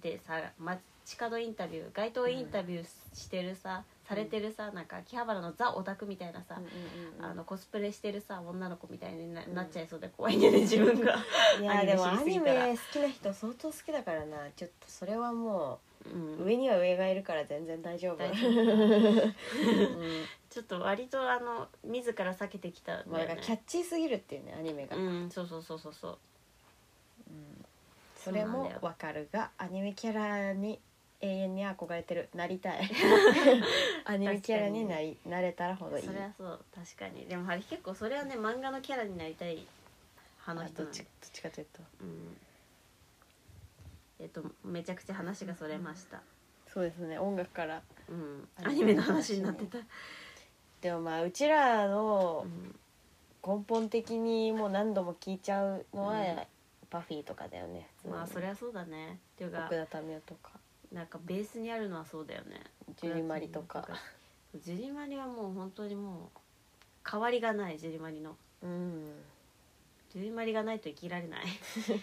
[SPEAKER 3] でさ街角インタビュー街頭インタビューしてるさ、されてるさなんか秋葉原のザオタクみたいなさ、あのコスプレしてるさ女の子みたいにな,、
[SPEAKER 2] うん
[SPEAKER 3] なっちゃいそうで怖いんだよね自分が、
[SPEAKER 2] いやでもア
[SPEAKER 3] アニ
[SPEAKER 2] ニ
[SPEAKER 3] メ知りすぎた
[SPEAKER 2] メ好きな人
[SPEAKER 3] ら
[SPEAKER 2] 相当好きだからなちょっとそれはも
[SPEAKER 3] うん
[SPEAKER 2] う上には上がいるから全然大丈夫
[SPEAKER 3] 大丈
[SPEAKER 2] うん
[SPEAKER 3] ちょっと割とあの自ら避けてきたん
[SPEAKER 2] まあ
[SPEAKER 3] だ
[SPEAKER 2] だ
[SPEAKER 3] よ
[SPEAKER 2] か
[SPEAKER 3] ね
[SPEAKER 2] らキャッチーすぎるっていうねアニメが、
[SPEAKER 3] うんそうそうそうそうそう
[SPEAKER 2] うんそれ
[SPEAKER 3] そうな
[SPEAKER 2] も
[SPEAKER 3] んだよ
[SPEAKER 2] わかるがアニメキャラに永遠に憧れてるなりた いアニメキャラになりなれたらほどいい
[SPEAKER 3] それはそう確かにでもあれ結構それはね漫画のキャラになりたい
[SPEAKER 2] あ
[SPEAKER 3] 派の人
[SPEAKER 2] ど
[SPEAKER 3] な
[SPEAKER 2] っ
[SPEAKER 3] ん
[SPEAKER 2] ち
[SPEAKER 3] で
[SPEAKER 2] どっちかというと
[SPEAKER 3] うんえっとめちゃくちゃ話がそれました
[SPEAKER 2] そうですね音楽から
[SPEAKER 3] うん
[SPEAKER 2] ア
[SPEAKER 3] ア
[SPEAKER 2] ニ
[SPEAKER 3] ニ
[SPEAKER 2] メ
[SPEAKER 3] メ
[SPEAKER 2] の
[SPEAKER 3] の
[SPEAKER 2] 話
[SPEAKER 3] 話
[SPEAKER 2] ね
[SPEAKER 3] になってた、
[SPEAKER 2] でもまあうちらの
[SPEAKER 3] うん
[SPEAKER 2] 根本的にもう何度も聞いちゃうのは、
[SPEAKER 3] うん
[SPEAKER 2] パフィーとかだよね
[SPEAKER 3] まあそ
[SPEAKER 2] れ
[SPEAKER 3] りゃそうだねっていうか
[SPEAKER 2] 奥田民生とか
[SPEAKER 3] なんかベースにあるのはそうだよね
[SPEAKER 2] ジュリマリとか
[SPEAKER 3] ジュリマリはもう本当にもう変わりがないジュリマリの
[SPEAKER 2] うん
[SPEAKER 3] ジュリマリがないと生きられない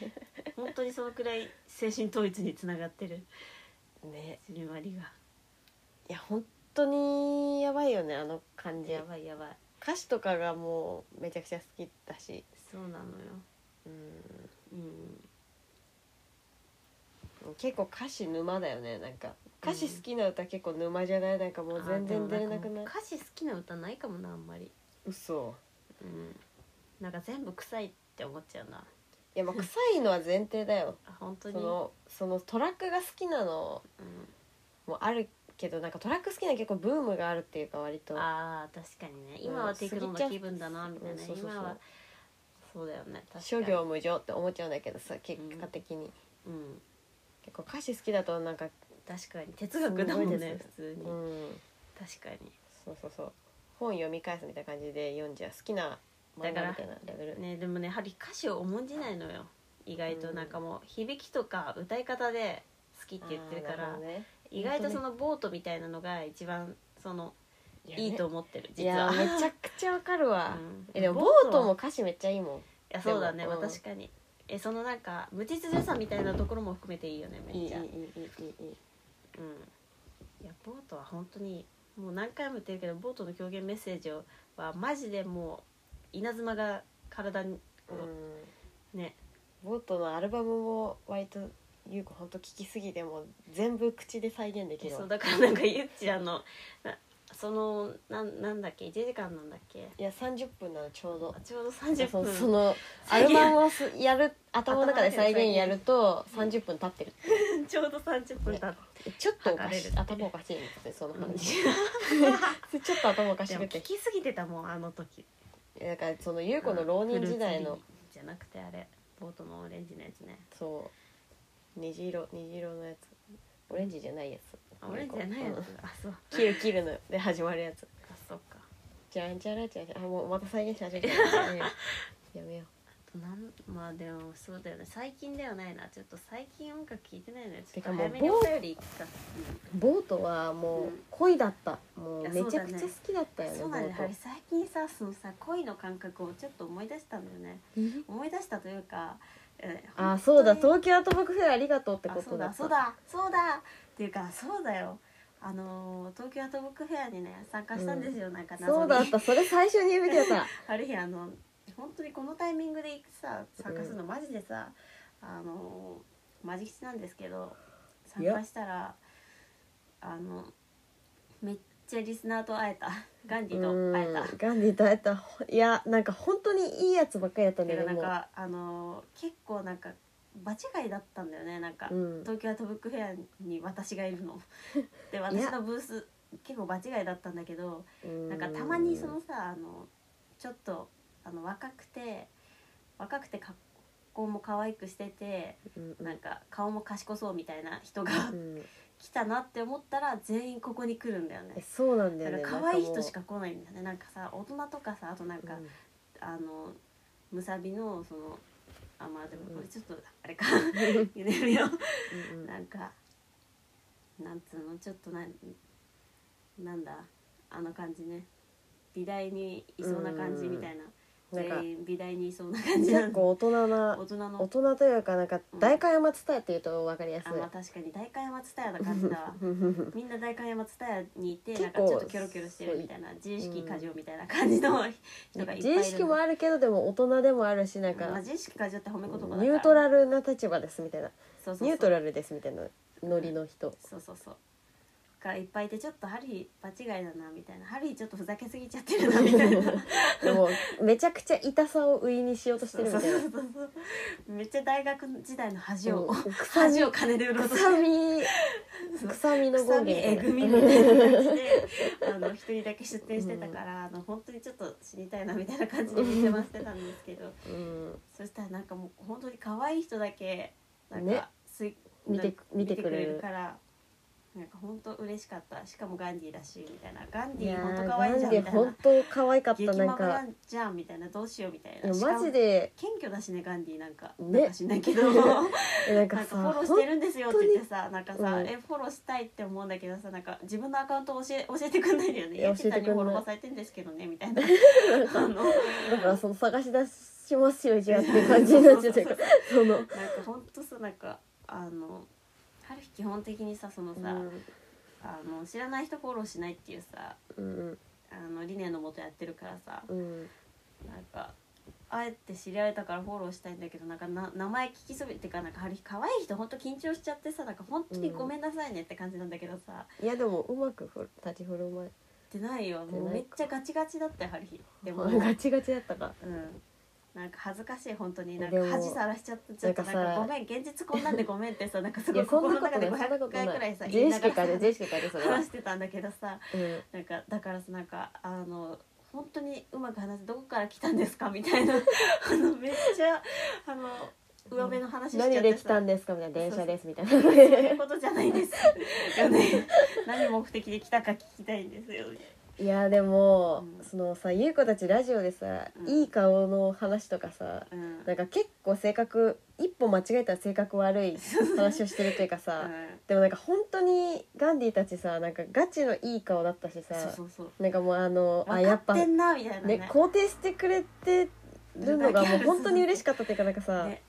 [SPEAKER 3] 本当にそのくらい精神統一につながってる
[SPEAKER 2] ね
[SPEAKER 3] ジュリマリが
[SPEAKER 2] いや本当にやばいよねあの感じ
[SPEAKER 3] やばいやばい
[SPEAKER 2] 歌詞とかがもうめちゃくちゃ好きだし
[SPEAKER 3] そうなのよ
[SPEAKER 2] うん
[SPEAKER 3] うん
[SPEAKER 2] 結構歌詞沼だよねなんか歌詞好きな歌結構沼じゃないなんかもう全然出れなくない
[SPEAKER 3] 歌詞好きな歌ないかもなあんまり
[SPEAKER 2] 嘘
[SPEAKER 3] うんなんか全部臭いって思っちゃうない
[SPEAKER 2] やまあ臭いのは前提だよ
[SPEAKER 3] あ本当
[SPEAKER 2] そ
[SPEAKER 3] に、う
[SPEAKER 2] のそのトラックが好きなの
[SPEAKER 3] ん、
[SPEAKER 2] もあるけどなんかトラック好きな結構ブームがあるっていうか割と
[SPEAKER 3] あー確かにね今はテクノの気分だなみたいな、
[SPEAKER 2] うんそうそうそう
[SPEAKER 3] 今はそうだよね確かに
[SPEAKER 2] 諸行無常って思っちゃうんだけどさ結果的に、
[SPEAKER 3] うん
[SPEAKER 2] 結構歌詞好きだとなんか
[SPEAKER 3] 確かに哲学だもん
[SPEAKER 2] すごい
[SPEAKER 3] ね
[SPEAKER 2] です
[SPEAKER 3] 普通
[SPEAKER 2] う
[SPEAKER 3] に、
[SPEAKER 2] ん
[SPEAKER 3] 確か
[SPEAKER 2] そうそうそう本読み返すみたいな感じで読んじゃう好きな漫画みたいなレベル
[SPEAKER 3] にねでもねやはり歌詞を重んじないのよ意外となんかもう、響きとか歌い方で好きって言ってるか
[SPEAKER 2] あーな
[SPEAKER 3] ら、
[SPEAKER 2] ほどね
[SPEAKER 3] 意外とそのボートみたいなのが一番そのいいと思ってる
[SPEAKER 2] い
[SPEAKER 3] 実
[SPEAKER 2] や
[SPEAKER 3] は
[SPEAKER 2] めちゃくちゃわかるわ、
[SPEAKER 3] うん
[SPEAKER 2] えでもボートも歌詞めっちゃいいもん
[SPEAKER 3] いやそうだね、
[SPEAKER 2] でもうん
[SPEAKER 3] 確かにえそのなんか無秩序さみたいなところも含めていいよねめっちゃ
[SPEAKER 2] いいいい
[SPEAKER 3] うんいやボートは本当にもう何回も言ってるけどボートの狂言メッセージはマジでもう稲妻が体に
[SPEAKER 2] うん
[SPEAKER 3] ね
[SPEAKER 2] ボートのアルバムも割と優子ほんと聴きすぎてもう全部口で再現できるわ
[SPEAKER 3] そうだからなんかゆっちあのなそのなんなんだっけ1時間なんだっけ
[SPEAKER 2] いや30分なのちょうど
[SPEAKER 3] ちょうど30
[SPEAKER 2] そう
[SPEAKER 3] 分
[SPEAKER 2] そのアルバムをすやる頭の中で再現やると
[SPEAKER 3] 頭の中
[SPEAKER 2] 30分経ってる
[SPEAKER 3] ちょうど30分経って
[SPEAKER 2] ちょっとおか
[SPEAKER 3] 測れ
[SPEAKER 2] し
[SPEAKER 3] るっ
[SPEAKER 2] い
[SPEAKER 3] てね
[SPEAKER 2] 頭おかしいんですねその
[SPEAKER 3] うん
[SPEAKER 2] 話 ちょっと頭おかし
[SPEAKER 3] でも
[SPEAKER 2] く
[SPEAKER 3] 聞
[SPEAKER 2] て
[SPEAKER 3] きすぎてたもんあの時
[SPEAKER 2] いやだからその優子の浪人時代
[SPEAKER 3] フ
[SPEAKER 2] の
[SPEAKER 3] ルーツリーじゃなくてあれボートのオレンジのやつね
[SPEAKER 2] そう虹色虹色のやつオレンジじゃないやつ
[SPEAKER 3] あオレンジじゃないや
[SPEAKER 2] う
[SPEAKER 3] つ
[SPEAKER 2] ん
[SPEAKER 3] あそう
[SPEAKER 2] キルキルので始まるやつ
[SPEAKER 3] あそうか
[SPEAKER 2] じゃんじゃらじゃんじゃんあもうまた再現し始めたやめ ようやめよう
[SPEAKER 3] あとなんまあでもそうだよね最近ではないなちょっと最近音楽聴いてないのよちょ
[SPEAKER 2] て
[SPEAKER 3] っと
[SPEAKER 2] かもう
[SPEAKER 3] 早めにお便り行くか
[SPEAKER 2] ボートはもう恋だったも
[SPEAKER 3] いうや
[SPEAKER 2] め
[SPEAKER 3] そう
[SPEAKER 2] ちゃ
[SPEAKER 3] だ
[SPEAKER 2] く
[SPEAKER 3] ね
[SPEAKER 2] ちゃ好きだったよね
[SPEAKER 3] そ
[SPEAKER 2] ボ
[SPEAKER 3] うなんだよ
[SPEAKER 2] ー
[SPEAKER 3] ね最近さそのさ恋の感覚をちょっと思い出したんだよね
[SPEAKER 2] ト
[SPEAKER 3] 思い出したというか、えー
[SPEAKER 2] あそうだ
[SPEAKER 3] 本
[SPEAKER 2] 東京アートブックフェアありがとうって
[SPEAKER 3] 当
[SPEAKER 2] こ
[SPEAKER 3] にあそ
[SPEAKER 2] と
[SPEAKER 3] う
[SPEAKER 2] だ
[SPEAKER 3] だ
[SPEAKER 2] った
[SPEAKER 3] そうだそうだっていうかそうだよあのー東京アートブックフェアにね参加したんですよ、なんか謎に
[SPEAKER 2] そうだったそれ最初に言うべきだった
[SPEAKER 3] ある日あの本当にこのタイミングでさ参加するのマジでさ、あのマジ吉なんですけど参加したらあのめっちゃリスナーと会え たガンディ
[SPEAKER 2] うん
[SPEAKER 3] と会えた。
[SPEAKER 2] ガンディと会えたほいやなんか本当にいいやつばっかりやったんだ
[SPEAKER 3] て
[SPEAKER 2] よ
[SPEAKER 3] か
[SPEAKER 2] ね
[SPEAKER 3] なん
[SPEAKER 2] もう
[SPEAKER 3] かあの結構なんか場違いだったんだよねなんか、
[SPEAKER 2] うん
[SPEAKER 3] 東京アートブックフェアに私がい るので
[SPEAKER 2] い
[SPEAKER 3] 私
[SPEAKER 2] や
[SPEAKER 3] のブース結構場違いだったんだけど
[SPEAKER 2] うん
[SPEAKER 3] なんかたまにそのさあのちょっとあの若くて若くて格好も可愛くしてて
[SPEAKER 2] うんうん
[SPEAKER 3] なんか顔も賢そうみたいな人が
[SPEAKER 2] うん
[SPEAKER 3] 来たなって思ったら全員ここに来るんだよね
[SPEAKER 2] え。そうなんだ
[SPEAKER 3] な
[SPEAKER 2] よ
[SPEAKER 3] ん
[SPEAKER 2] ね
[SPEAKER 3] か可愛い人し
[SPEAKER 2] か
[SPEAKER 3] か来ないんだよねなんかさ大人とかさあとなんか、
[SPEAKER 2] うん
[SPEAKER 3] あのむさびのそのあまあでもこれちょっと あれかゆでるよ
[SPEAKER 2] うんうん
[SPEAKER 3] なんかなんつうのちょっとなんなんだあの感じね美大にいそうな感じみたいな
[SPEAKER 2] なんか
[SPEAKER 3] 全員美大にいそうな感じな
[SPEAKER 2] 結
[SPEAKER 3] んだ
[SPEAKER 2] 構大人な
[SPEAKER 3] 大人の
[SPEAKER 2] 大人というかなんか
[SPEAKER 3] うん
[SPEAKER 2] 大会山伝えっていうと分かりやすい
[SPEAKER 3] あ、まあ確かに大会山蔦屋な感じだわみんな大会山蔦屋にいてなん
[SPEAKER 2] 結
[SPEAKER 3] か
[SPEAKER 2] 構
[SPEAKER 3] ちょっとキョロキョロしてるみたいな自意識過剰みたいな感じの人がいっぱいい
[SPEAKER 2] 自
[SPEAKER 3] る
[SPEAKER 2] 意識もあるけどでも大人でもあるしなんか
[SPEAKER 3] まあ自意識過剰って褒め言葉だから
[SPEAKER 2] ニュートラルな立場ですみたいな
[SPEAKER 3] そうそうそう
[SPEAKER 2] ニュートラルですみたいなノリの 人
[SPEAKER 3] そうそうそうがいっぱいいてちょっとハリー場違いだなみたいなハリーちょっとふざけすぎちゃってるなみたいな
[SPEAKER 2] でもめちゃくちゃ痛さを売りにしようとして
[SPEAKER 3] そう
[SPEAKER 2] るみ
[SPEAKER 3] そう
[SPEAKER 2] たいう
[SPEAKER 3] そ
[SPEAKER 2] な
[SPEAKER 3] そうめっちゃ大学時代の恥を、
[SPEAKER 2] うん臭み
[SPEAKER 3] 恥を金で売ろうと
[SPEAKER 2] 臭 み臭みの権
[SPEAKER 3] 臭みえ
[SPEAKER 2] 限
[SPEAKER 3] ぐみみたいな感じであの一人だけ出店してたから、あの本当にちょっと死にたいなみたいな感じで見てましてたんですけど
[SPEAKER 2] うん
[SPEAKER 3] そしたらなんかもう本当に可愛い人だけなんか、
[SPEAKER 2] ね
[SPEAKER 3] すい
[SPEAKER 2] 見
[SPEAKER 3] なん
[SPEAKER 2] て
[SPEAKER 3] か
[SPEAKER 2] 見てく
[SPEAKER 3] 見
[SPEAKER 2] れ
[SPEAKER 3] て
[SPEAKER 2] る
[SPEAKER 3] からなんか本当嬉しかったしかもガンディーだしみたいなガン
[SPEAKER 2] い
[SPEAKER 3] ディ
[SPEAKER 2] や
[SPEAKER 3] ー
[SPEAKER 2] ー
[SPEAKER 3] 本当
[SPEAKER 2] ガ
[SPEAKER 3] 可愛いじゃ
[SPEAKER 2] ン
[SPEAKER 3] んみ
[SPEAKER 2] ディ
[SPEAKER 3] たいな
[SPEAKER 2] 本当可愛かった
[SPEAKER 3] 激
[SPEAKER 2] なん
[SPEAKER 3] マブ
[SPEAKER 2] か
[SPEAKER 3] なんじゃんみたいなどうしようみたい
[SPEAKER 2] い
[SPEAKER 3] な
[SPEAKER 2] や
[SPEAKER 3] しか
[SPEAKER 2] マ
[SPEAKER 3] も
[SPEAKER 2] ジで
[SPEAKER 3] 謙虚だしねガンディーなんか
[SPEAKER 2] ね
[SPEAKER 3] なんかしな いけど
[SPEAKER 2] えなん
[SPEAKER 3] な
[SPEAKER 2] か
[SPEAKER 3] ん
[SPEAKER 2] さ
[SPEAKER 3] かフォローしてるんですよって言ってさなんかさ、
[SPEAKER 2] うん
[SPEAKER 3] えフォローしたいって思うんだけどさなんか自分のアカウント教え教 えてくんないんだよね
[SPEAKER 2] いや
[SPEAKER 3] エチタに
[SPEAKER 2] 教えてくん
[SPEAKER 3] フ
[SPEAKER 2] な
[SPEAKER 3] ォ
[SPEAKER 2] い
[SPEAKER 3] ローされてんですけどねみた いなあの
[SPEAKER 2] だからその探し出しますよじゃあって感じになっち ゃってるからその
[SPEAKER 3] なんかほんとさなんかあの春日基本的にさそのさ、
[SPEAKER 2] うん
[SPEAKER 3] あの知らない人フォローしないっていうさ
[SPEAKER 2] うん
[SPEAKER 3] あの理念のもとやってるからさ
[SPEAKER 2] うん
[SPEAKER 3] なんかあえて知り合えたからフォローしたいんだけどなんかな名前聞きそびってかなんか春日可愛い人ほんと緊張しちゃってさなんか本当にごめんなさいねって感じなんだけどさ、
[SPEAKER 2] いやでもうまくふる立ち振る舞い
[SPEAKER 3] ってないよもうめっちゃガチガチだったよ春日でも
[SPEAKER 2] ガチガチだったから
[SPEAKER 3] うんなんか恥ずかしい本当になん
[SPEAKER 2] で
[SPEAKER 3] か
[SPEAKER 2] も
[SPEAKER 3] 恥さらしちゃってちょっと
[SPEAKER 2] な
[SPEAKER 3] なん
[SPEAKER 2] んか
[SPEAKER 3] か
[SPEAKER 2] さ
[SPEAKER 3] ごめん現実こんなんでごめんってさなんかす
[SPEAKER 2] い
[SPEAKER 3] ごい
[SPEAKER 2] やそんな
[SPEAKER 3] 心
[SPEAKER 2] こ
[SPEAKER 3] の
[SPEAKER 2] とないそ
[SPEAKER 3] 中で
[SPEAKER 2] んなこ
[SPEAKER 3] 500
[SPEAKER 2] と
[SPEAKER 3] 回くらいさ
[SPEAKER 2] ない自
[SPEAKER 3] 言い
[SPEAKER 2] 意
[SPEAKER 3] なが
[SPEAKER 2] 識
[SPEAKER 3] らさ
[SPEAKER 2] かで自意識かでそれは
[SPEAKER 3] 話してたんだけどさ
[SPEAKER 2] うん
[SPEAKER 3] なんかだからさなんかあの本当にうまく話せどこから来たんですかみたいな あのめっちゃあの上辺の話しちゃってさ
[SPEAKER 2] 何で来たんですかみたいな電車ですみたいな
[SPEAKER 3] そういうことじゃないですよね何目的で来たか聞きたいんですよね
[SPEAKER 2] いやでも、
[SPEAKER 3] うん
[SPEAKER 2] そのさ優子たちラジオでさ、
[SPEAKER 3] うん
[SPEAKER 2] いい顔の話とかさ
[SPEAKER 3] うん、うん
[SPEAKER 2] なんか結構性格一歩間違えたら性格悪 い話をしてるというかさ、でもなんか本当にガンディたちさなんかガチのいい顔だったしさ
[SPEAKER 3] そうそうそう
[SPEAKER 2] なんかもうあのあ
[SPEAKER 3] 分
[SPEAKER 2] や
[SPEAKER 3] か
[SPEAKER 2] っぱ
[SPEAKER 3] ってんなみたいなね
[SPEAKER 2] ね肯定してくれてるのがもう本当に嬉しかったっていうかなんかさ、
[SPEAKER 3] ね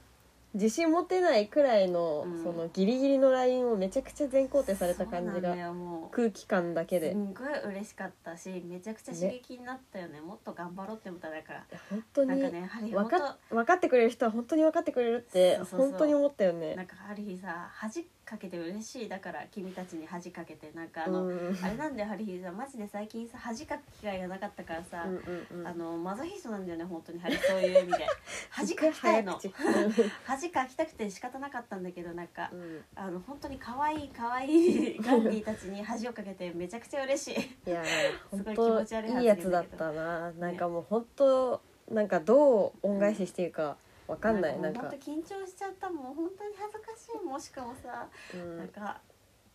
[SPEAKER 2] 自信持てないくらいの、
[SPEAKER 3] うん
[SPEAKER 2] そのギリギリのラインをめちゃくちゃ全肯定された感
[SPEAKER 3] そ
[SPEAKER 2] じ
[SPEAKER 3] うなん
[SPEAKER 2] が
[SPEAKER 3] だよもう
[SPEAKER 2] 空気感だけ
[SPEAKER 3] す
[SPEAKER 2] で
[SPEAKER 3] んごい嬉しかったしめちゃくちゃ刺激になったよねもっと頑張ろうって思っただから
[SPEAKER 2] 本当
[SPEAKER 3] なん
[SPEAKER 2] に
[SPEAKER 3] かねハリー
[SPEAKER 2] 分
[SPEAKER 3] 本
[SPEAKER 2] か分かってくれる人は本当に分かってくれるって
[SPEAKER 3] そうそうそう
[SPEAKER 2] 本当に思ったよ
[SPEAKER 3] 当な
[SPEAKER 2] ね。
[SPEAKER 3] んかハリーさ恥かけて嬉しいだから君たちに恥かけてなんかあ
[SPEAKER 2] うん
[SPEAKER 3] の、
[SPEAKER 2] うんうん
[SPEAKER 3] あれなんだよハリーさマジで最近さ恥かく機会がなかったからさ、
[SPEAKER 2] うん
[SPEAKER 3] あのマゾヒストなんだよね本当にハリーそういう意 味で恥かきたいの
[SPEAKER 2] すっごい早口
[SPEAKER 3] 恥かきたくて仕方なかったんだけどなんか
[SPEAKER 2] うん
[SPEAKER 3] あの本当に可愛い可愛いガンディーたちに恥をかけてめちゃくちゃ嬉しい
[SPEAKER 2] いや
[SPEAKER 3] すご
[SPEAKER 2] ー
[SPEAKER 3] い
[SPEAKER 2] 本
[SPEAKER 3] 気持ち悪い
[SPEAKER 2] 当
[SPEAKER 3] 発
[SPEAKER 2] いいやつだったななんかもう本当なんかどう恩返ししていいかわかんないなん
[SPEAKER 3] もう
[SPEAKER 2] か
[SPEAKER 3] 本当緊張しちゃったもう本当に恥ずかしいもうしかもさ、
[SPEAKER 2] うん
[SPEAKER 3] なんか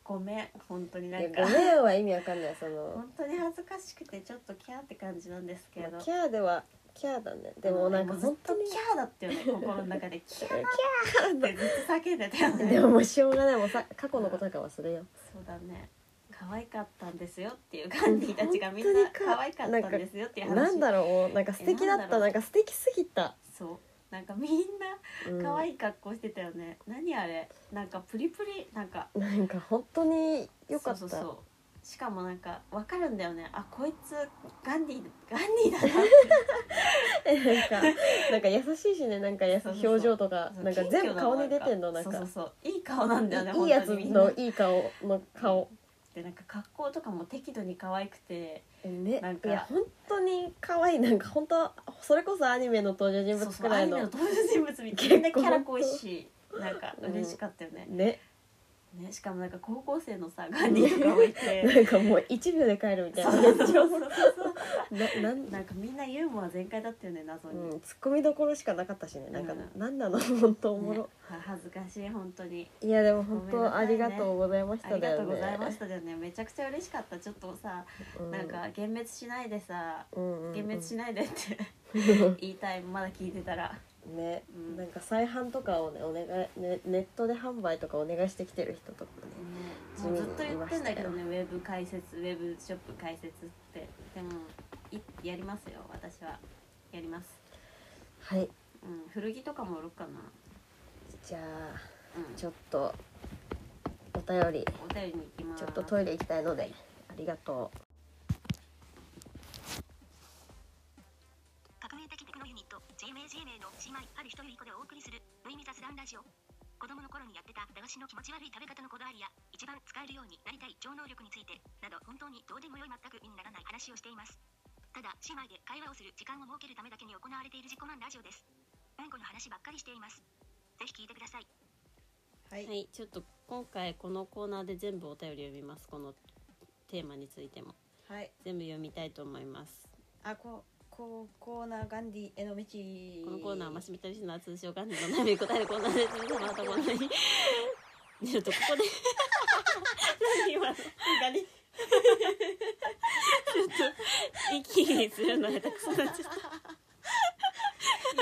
[SPEAKER 3] ごめん本当にない
[SPEAKER 2] や
[SPEAKER 3] ん
[SPEAKER 2] ご
[SPEAKER 3] か
[SPEAKER 2] めんは意味わかんないその
[SPEAKER 3] 本当に恥ずかしくてちょっとキャーって感じなんですけど、
[SPEAKER 2] まあキャーではキャーだねでもなんか
[SPEAKER 3] うずっ
[SPEAKER 2] 本
[SPEAKER 3] と
[SPEAKER 2] 当に
[SPEAKER 3] キャーだったよね心の中でキャーっ
[SPEAKER 2] キャーだ
[SPEAKER 3] てずっと叫んでたよね
[SPEAKER 2] でももうしょうがないもうさ過去のことだから忘れよう
[SPEAKER 3] そうだね可愛かったんですよっていうガンディーたちがみんな
[SPEAKER 2] 本当にか
[SPEAKER 3] 可愛かったんですよっていう話
[SPEAKER 2] なんだろうもうなんか素敵だっ
[SPEAKER 3] えなんだ
[SPEAKER 2] た
[SPEAKER 3] ろう
[SPEAKER 2] なんか素敵すぎた
[SPEAKER 3] そうなんかみんな可
[SPEAKER 2] い
[SPEAKER 3] 愛い格好してたよね、何あれなんかプリプリなんか
[SPEAKER 2] なんか本当に良かっ
[SPEAKER 3] そうそう
[SPEAKER 2] た
[SPEAKER 3] そうしかもなんかわかるんだよねあこいつガンディガンディだな
[SPEAKER 2] え なんかなんか優しいしねなんかやさ
[SPEAKER 3] そうそうそう
[SPEAKER 2] 表情とか なんか
[SPEAKER 3] 謙虚
[SPEAKER 2] 全部
[SPEAKER 3] な
[SPEAKER 2] 顔に出てんのなん
[SPEAKER 3] そうそう
[SPEAKER 2] か
[SPEAKER 3] そういい顔なんだよね
[SPEAKER 2] いいやつ
[SPEAKER 3] 本当にみんな
[SPEAKER 2] のいい顔の顔
[SPEAKER 3] でなんか格好とかも適度に可愛くて
[SPEAKER 2] えね
[SPEAKER 3] なんか
[SPEAKER 2] いや本当に可愛いなんか本当それこそアニメの登場人
[SPEAKER 3] そう
[SPEAKER 2] 物
[SPEAKER 3] そ
[SPEAKER 2] く
[SPEAKER 3] うア
[SPEAKER 2] らい
[SPEAKER 3] ニメの
[SPEAKER 2] の
[SPEAKER 3] 登場人物みたい
[SPEAKER 2] 結構
[SPEAKER 3] なみんなキャラ濃いしなんか嬉しかったよね,、
[SPEAKER 2] ね
[SPEAKER 3] ねしかもなんか高校生のさガンディとかもいて
[SPEAKER 2] なんかもう1秒で帰るみたい
[SPEAKER 3] そ
[SPEAKER 2] な
[SPEAKER 3] う
[SPEAKER 2] めっ
[SPEAKER 3] そうそう
[SPEAKER 2] ちゃおもろ
[SPEAKER 3] そう
[SPEAKER 2] いななん
[SPEAKER 3] なんかみんなユーモア全開だったよね謎に、
[SPEAKER 2] うん、ツッコミどころしかなかったしねなんか、
[SPEAKER 3] うん
[SPEAKER 2] なんなの本当おも
[SPEAKER 3] ね
[SPEAKER 2] ろ、
[SPEAKER 3] は恥ずかしい本当に
[SPEAKER 2] いやでも本
[SPEAKER 3] ごめん
[SPEAKER 2] 当
[SPEAKER 3] なさ
[SPEAKER 2] あ
[SPEAKER 3] いね
[SPEAKER 2] りがとうございまし
[SPEAKER 3] あ
[SPEAKER 2] た
[SPEAKER 3] り
[SPEAKER 2] だ
[SPEAKER 3] が
[SPEAKER 2] よ
[SPEAKER 3] とうございま
[SPEAKER 2] ね
[SPEAKER 3] しただよねめちゃくちゃ嬉しかったちょっとさ、
[SPEAKER 2] うん
[SPEAKER 3] なんか幻滅しないでさ
[SPEAKER 2] うんうんうん
[SPEAKER 3] 幻滅しないでって 言いたいまだ聞いてたら
[SPEAKER 2] ね
[SPEAKER 3] うん
[SPEAKER 2] なんか再販とかをねお願いねネットで販売とかお願いしてきてる人とかね
[SPEAKER 3] もうずっと言ってんだけどねウェブ解説ウェブショップ解説ってでもいやりますよ私はやります、
[SPEAKER 2] はい
[SPEAKER 3] うん、古着とかも売ろうかな、
[SPEAKER 2] じゃあ
[SPEAKER 3] うん、
[SPEAKER 2] ちょっとお便り
[SPEAKER 3] お便りに行きます
[SPEAKER 2] ちょっとトイレ行きたいのでありがとう
[SPEAKER 1] 革命的テクノユニット JMAJMA の姉妹ある一人一個でお送りする無意味雑談ラジオ子供の頃にやってた駄菓子の気持ち悪い食べ方のこだわりや一番使えるようになりたい超能力についてなど本当にどうでもよい全く意味にならない話をしていますただ姉妹で会話をする時間を設けるためだけに行われている自己満ラジオですうんこの話ばっかりしていますぜひ聞いてください
[SPEAKER 3] はい、ちょっと今回このコーナーで全部お便り読みますこのテーマについても
[SPEAKER 4] はい、
[SPEAKER 3] 全部読みたいと思います
[SPEAKER 4] あここコーナーガンディへの道
[SPEAKER 3] このコーナーはマシュミタリスナー通称ガンディの悩みに答えるコーナーです皆様のところに ちょっとここで何今の
[SPEAKER 4] ガンディ
[SPEAKER 3] 息にするの下手くそになっちゃ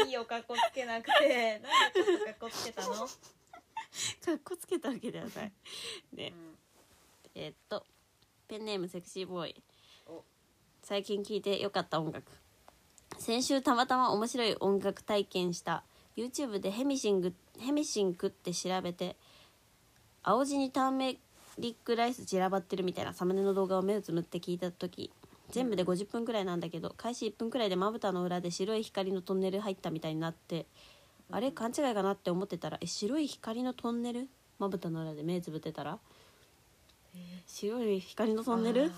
[SPEAKER 3] っ
[SPEAKER 4] いいよかっこつけなくてなんでちょっとかっこつけた の、
[SPEAKER 3] たかっこつけたわけではないで
[SPEAKER 4] うん
[SPEAKER 3] えーっとペンネームセクシーボーイ
[SPEAKER 4] お
[SPEAKER 3] 最近聴いてよかった音楽先週たまたま面白い音楽体験した YouTube でヘミシングヘミシンクって調べて青地にターメリックライス散らばってるみたいなサムネの動画を目をつむって聞いた時全部で50分くらいなんだけど開始1分くらいでまぶたの裏で白い光のトンネル入ったみたいになってあれ勘違いかなって思ってたらえ白い光のトンネルまぶたの裏で目つぶってたら白い光のトンネ
[SPEAKER 4] あ
[SPEAKER 3] ル
[SPEAKER 4] ー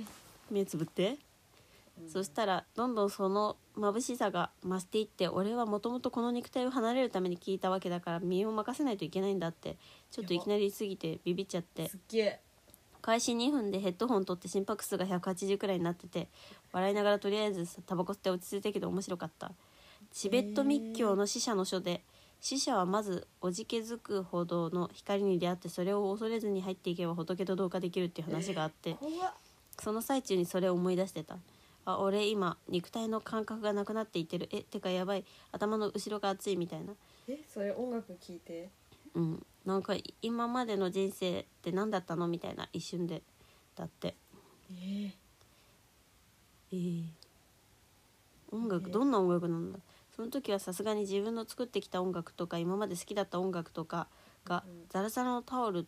[SPEAKER 4] えー
[SPEAKER 3] 目つぶって、そしたらどんどんその眩しさが増していって俺はもともとこの肉体を離れるために聞いたわけだから身を任せないといけないんだってちょっといきなり過ぎてビビっちゃって
[SPEAKER 4] すっげえ
[SPEAKER 3] 開始2分でヘッドホン取って心拍数が180くらいになってて笑いながらとりあえずタバコ吸って落ち着いたけど面白かったチベット密教の死者の書で死者はまずおじけづくほどの光に出会ってそれを恐れずに入っていけば仏と同化できるっていう話があって、
[SPEAKER 4] 怖っ
[SPEAKER 3] その最中にそれを思い出してたあ俺今肉体の感覚がなくなっていってるえてかやばい頭の後ろが熱いみたいな
[SPEAKER 2] えそれ音楽聞いて
[SPEAKER 3] うんなんか今までの人生って何だったのみたいな一瞬でだって
[SPEAKER 4] え
[SPEAKER 3] ええ音楽
[SPEAKER 4] ね
[SPEAKER 3] どんな音楽なんだその時はさすがに自分の作ってきた音楽とか今まで好きだった音楽とかが
[SPEAKER 2] うん
[SPEAKER 3] ザラザラのタオル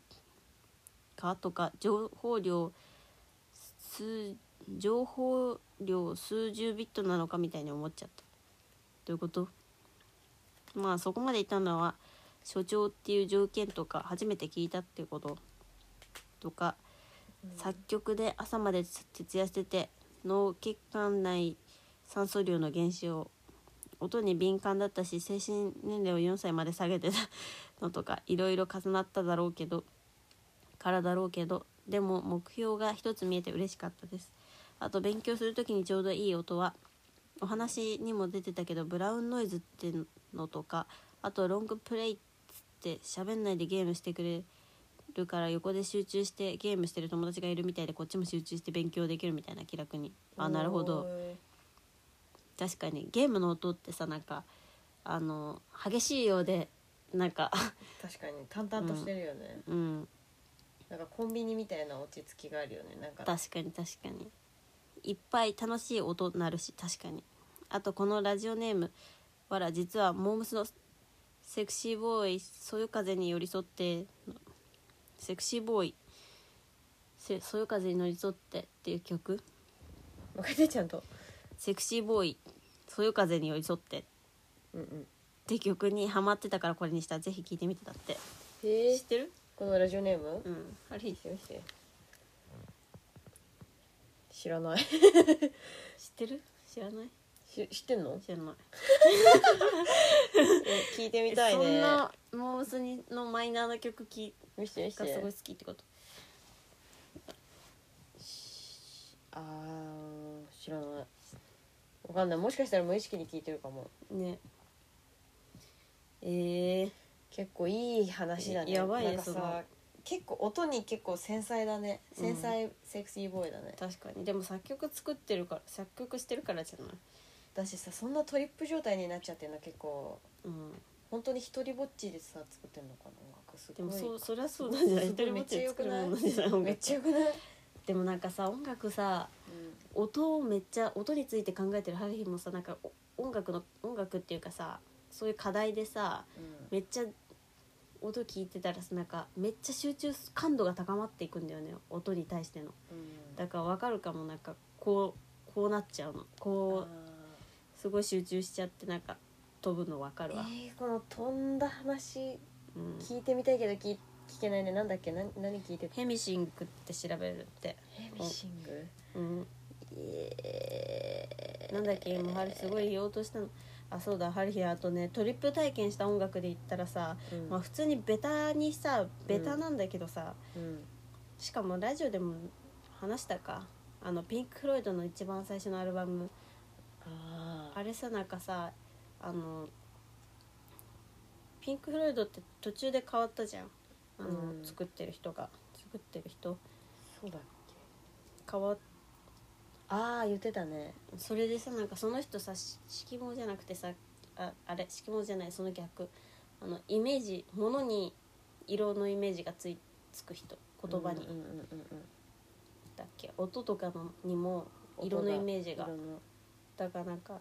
[SPEAKER 3] かとか情報量数情報量数十ビットなのかみたいに思っちゃったどういうことまあそこまでいたのは所長っていう条件とか初めて聞いたっていうこととか作曲で朝まで徹夜してて脳血管内酸素量の減少音に敏感だったし精神年齢を4歳まで下げてたのとかいろいろ重なっただろうけど からだろうけどでも目標が一つ見えて嬉しかったですあと勉強する時にちょうどいい音はお話にも出てたけどブラウンノイズってのとかあとロングプレイっつって喋んないでゲームしてくれるから横で集中してゲームしてる友達がいるみたいでこっちも集中して勉強できるみたいな気楽にあなるほど確かにゲームの音ってさなんかあの激しいようでなんか
[SPEAKER 2] 確かに淡々としてるよね、
[SPEAKER 3] うん
[SPEAKER 2] なんかコンビニみたいな落ち着きがあるよねなんか
[SPEAKER 3] 確かに確かにいっぱい楽しい音鳴るし確かにあとこのラジオネームわら実はモームスのセクシーボーイそよ風に寄り添ってのセクシーボーイせそよ風に寄り添ってっていう曲
[SPEAKER 2] 分かってちゃんと
[SPEAKER 3] セクシーボーイそよ風に寄り添ってっ
[SPEAKER 2] うんうん
[SPEAKER 3] て曲にハマってたからこれにしたぜひ聴いてみてだって
[SPEAKER 2] へ
[SPEAKER 3] 知ってる
[SPEAKER 2] このラジオネーム、
[SPEAKER 3] うんあれ知っ
[SPEAKER 2] 見て知ら ない
[SPEAKER 3] てる知らない
[SPEAKER 2] し知ってんの
[SPEAKER 3] 知らない
[SPEAKER 2] え聞いてみたい
[SPEAKER 3] そん
[SPEAKER 2] ね
[SPEAKER 3] なモームスにのマイナーな曲聴
[SPEAKER 2] 見せて見せ
[SPEAKER 3] がすごい
[SPEAKER 2] て
[SPEAKER 3] 好きってこと
[SPEAKER 2] あー知らないわかんないもしかしたら無意識に聞いてるかも
[SPEAKER 3] ねええ
[SPEAKER 2] 結構いい話だね
[SPEAKER 3] えやばいね
[SPEAKER 2] なんか
[SPEAKER 3] その
[SPEAKER 2] さ結構音に結構繊細だね繊細セクシーボーイだね、
[SPEAKER 3] 確かにでも作曲作ってるから作曲してるからじゃない
[SPEAKER 2] だしさそんなトリップ状態になっちゃってるの結構
[SPEAKER 3] うん
[SPEAKER 2] 本当に一人ぼっちでさ作ってんのかな音楽す
[SPEAKER 3] でも
[SPEAKER 2] ご
[SPEAKER 3] そ
[SPEAKER 2] いう
[SPEAKER 3] そりゃそうなんじゃない
[SPEAKER 2] す
[SPEAKER 3] 一
[SPEAKER 2] ごい
[SPEAKER 3] 人ぼっちで作るものじゃない
[SPEAKER 2] めっちゃよくない、
[SPEAKER 3] でもなんかさ音楽さ音をめっちゃ音について考えてるハリーもさなんかお音楽の音楽っていうかさそういう課題でさめっちゃ音聞いてたらさなんかめっちゃ集中感度が高まっていくんだよね音に対しての
[SPEAKER 2] うん
[SPEAKER 3] だからわかるかもなんかこうこうなっちゃうのこうすごい集中しちゃってなんか飛ぶのわか
[SPEAKER 2] あ
[SPEAKER 3] るわ、
[SPEAKER 2] ーえーこの飛んだ話
[SPEAKER 3] うん、
[SPEAKER 2] 聞いてみたいけど聞聞けないねなんだっけな何聞いてた
[SPEAKER 3] ヘミシングって調べるって、
[SPEAKER 2] ヘ
[SPEAKER 3] ミ
[SPEAKER 2] シング
[SPEAKER 3] うん、
[SPEAKER 2] え
[SPEAKER 3] なんだっけ今ハリすごい言おうとしたのあそうだハリヒあとねトリップ体験した音楽で言ったらさ、
[SPEAKER 2] ーうん
[SPEAKER 3] まあ、普通にベタにさベタなんだけどさ、
[SPEAKER 2] うん
[SPEAKER 3] しかもラジオでも話したかあのピンク・フロイドの一番最初のアルバム
[SPEAKER 2] あー
[SPEAKER 3] あれさなんかさあのピンク・フロイドって途中で変わったじゃんあの、
[SPEAKER 2] うん
[SPEAKER 3] 作ってる人が作ってる人
[SPEAKER 2] そうだっけ
[SPEAKER 3] 変わっ
[SPEAKER 2] ああ言ってたね
[SPEAKER 3] それでさなんかその人さし色盲じゃなくてさああれ色盲じゃないその逆あのイメージ物に色のイメージがついつく人言葉に、
[SPEAKER 2] うんうんうんうん
[SPEAKER 3] だっけ音とかのにも
[SPEAKER 2] うん
[SPEAKER 3] 色のイメージが
[SPEAKER 2] 色の
[SPEAKER 3] だからなんか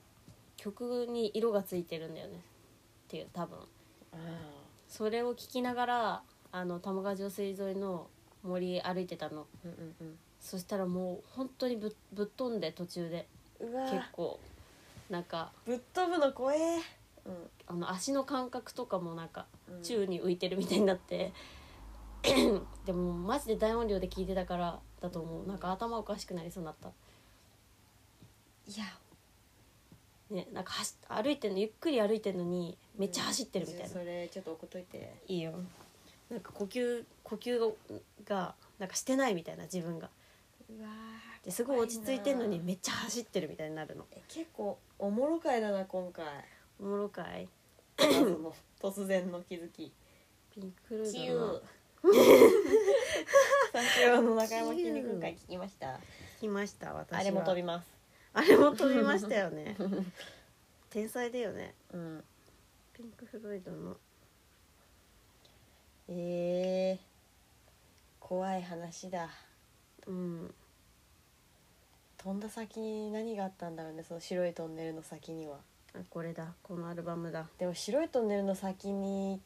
[SPEAKER 3] 曲に色がついてるんだよねっていう多分
[SPEAKER 2] あ
[SPEAKER 3] それを聞きながらあの玉川上水沿いの森歩いてたの
[SPEAKER 2] ーうんうん
[SPEAKER 3] そしたらもう本当にぶっぶっ飛んで途中で
[SPEAKER 2] うんうわ
[SPEAKER 3] 結
[SPEAKER 2] ー
[SPEAKER 3] 構なんか
[SPEAKER 2] ぶっ飛ぶの怖え
[SPEAKER 3] あの足の感覚とかもなんか
[SPEAKER 2] うん
[SPEAKER 3] 宙に浮いてるみたいになって、 でもマジで大音量で聞いてたからだと思うなんか頭おかしくなりそうになった、
[SPEAKER 2] いや
[SPEAKER 3] ね、なんか走っ歩いてんのゆっくり歩いてんのにめっちゃ走ってるみたいな、
[SPEAKER 2] それちょっと怒っといて
[SPEAKER 3] いいよなんか呼吸呼吸ががなんかしてないみたいな自分が
[SPEAKER 2] うわ
[SPEAKER 3] ですごい落ち着いてんの
[SPEAKER 2] 怖
[SPEAKER 3] に
[SPEAKER 2] いな
[SPEAKER 3] めっちゃ走ってるみたいになるの
[SPEAKER 2] え結構おもろかいだな今 回
[SPEAKER 3] おもろかい
[SPEAKER 2] まずの突然の気づき
[SPEAKER 3] ピンクル
[SPEAKER 2] キ
[SPEAKER 3] ード
[SPEAKER 2] ュー
[SPEAKER 3] の
[SPEAKER 2] 三四郎の中山筋肉会聞きました
[SPEAKER 3] 来ました私は
[SPEAKER 2] あれも飛びます
[SPEAKER 3] あれも飛びました よね天才だよね
[SPEAKER 2] うん
[SPEAKER 3] ピンク・フロイドの
[SPEAKER 2] えー、怖い話だ
[SPEAKER 3] うん
[SPEAKER 2] 飛んだ先に何があったんだろうねその白いトンネルの先には
[SPEAKER 3] あこれだこのアルバムだ
[SPEAKER 2] でも白いトンネルの先に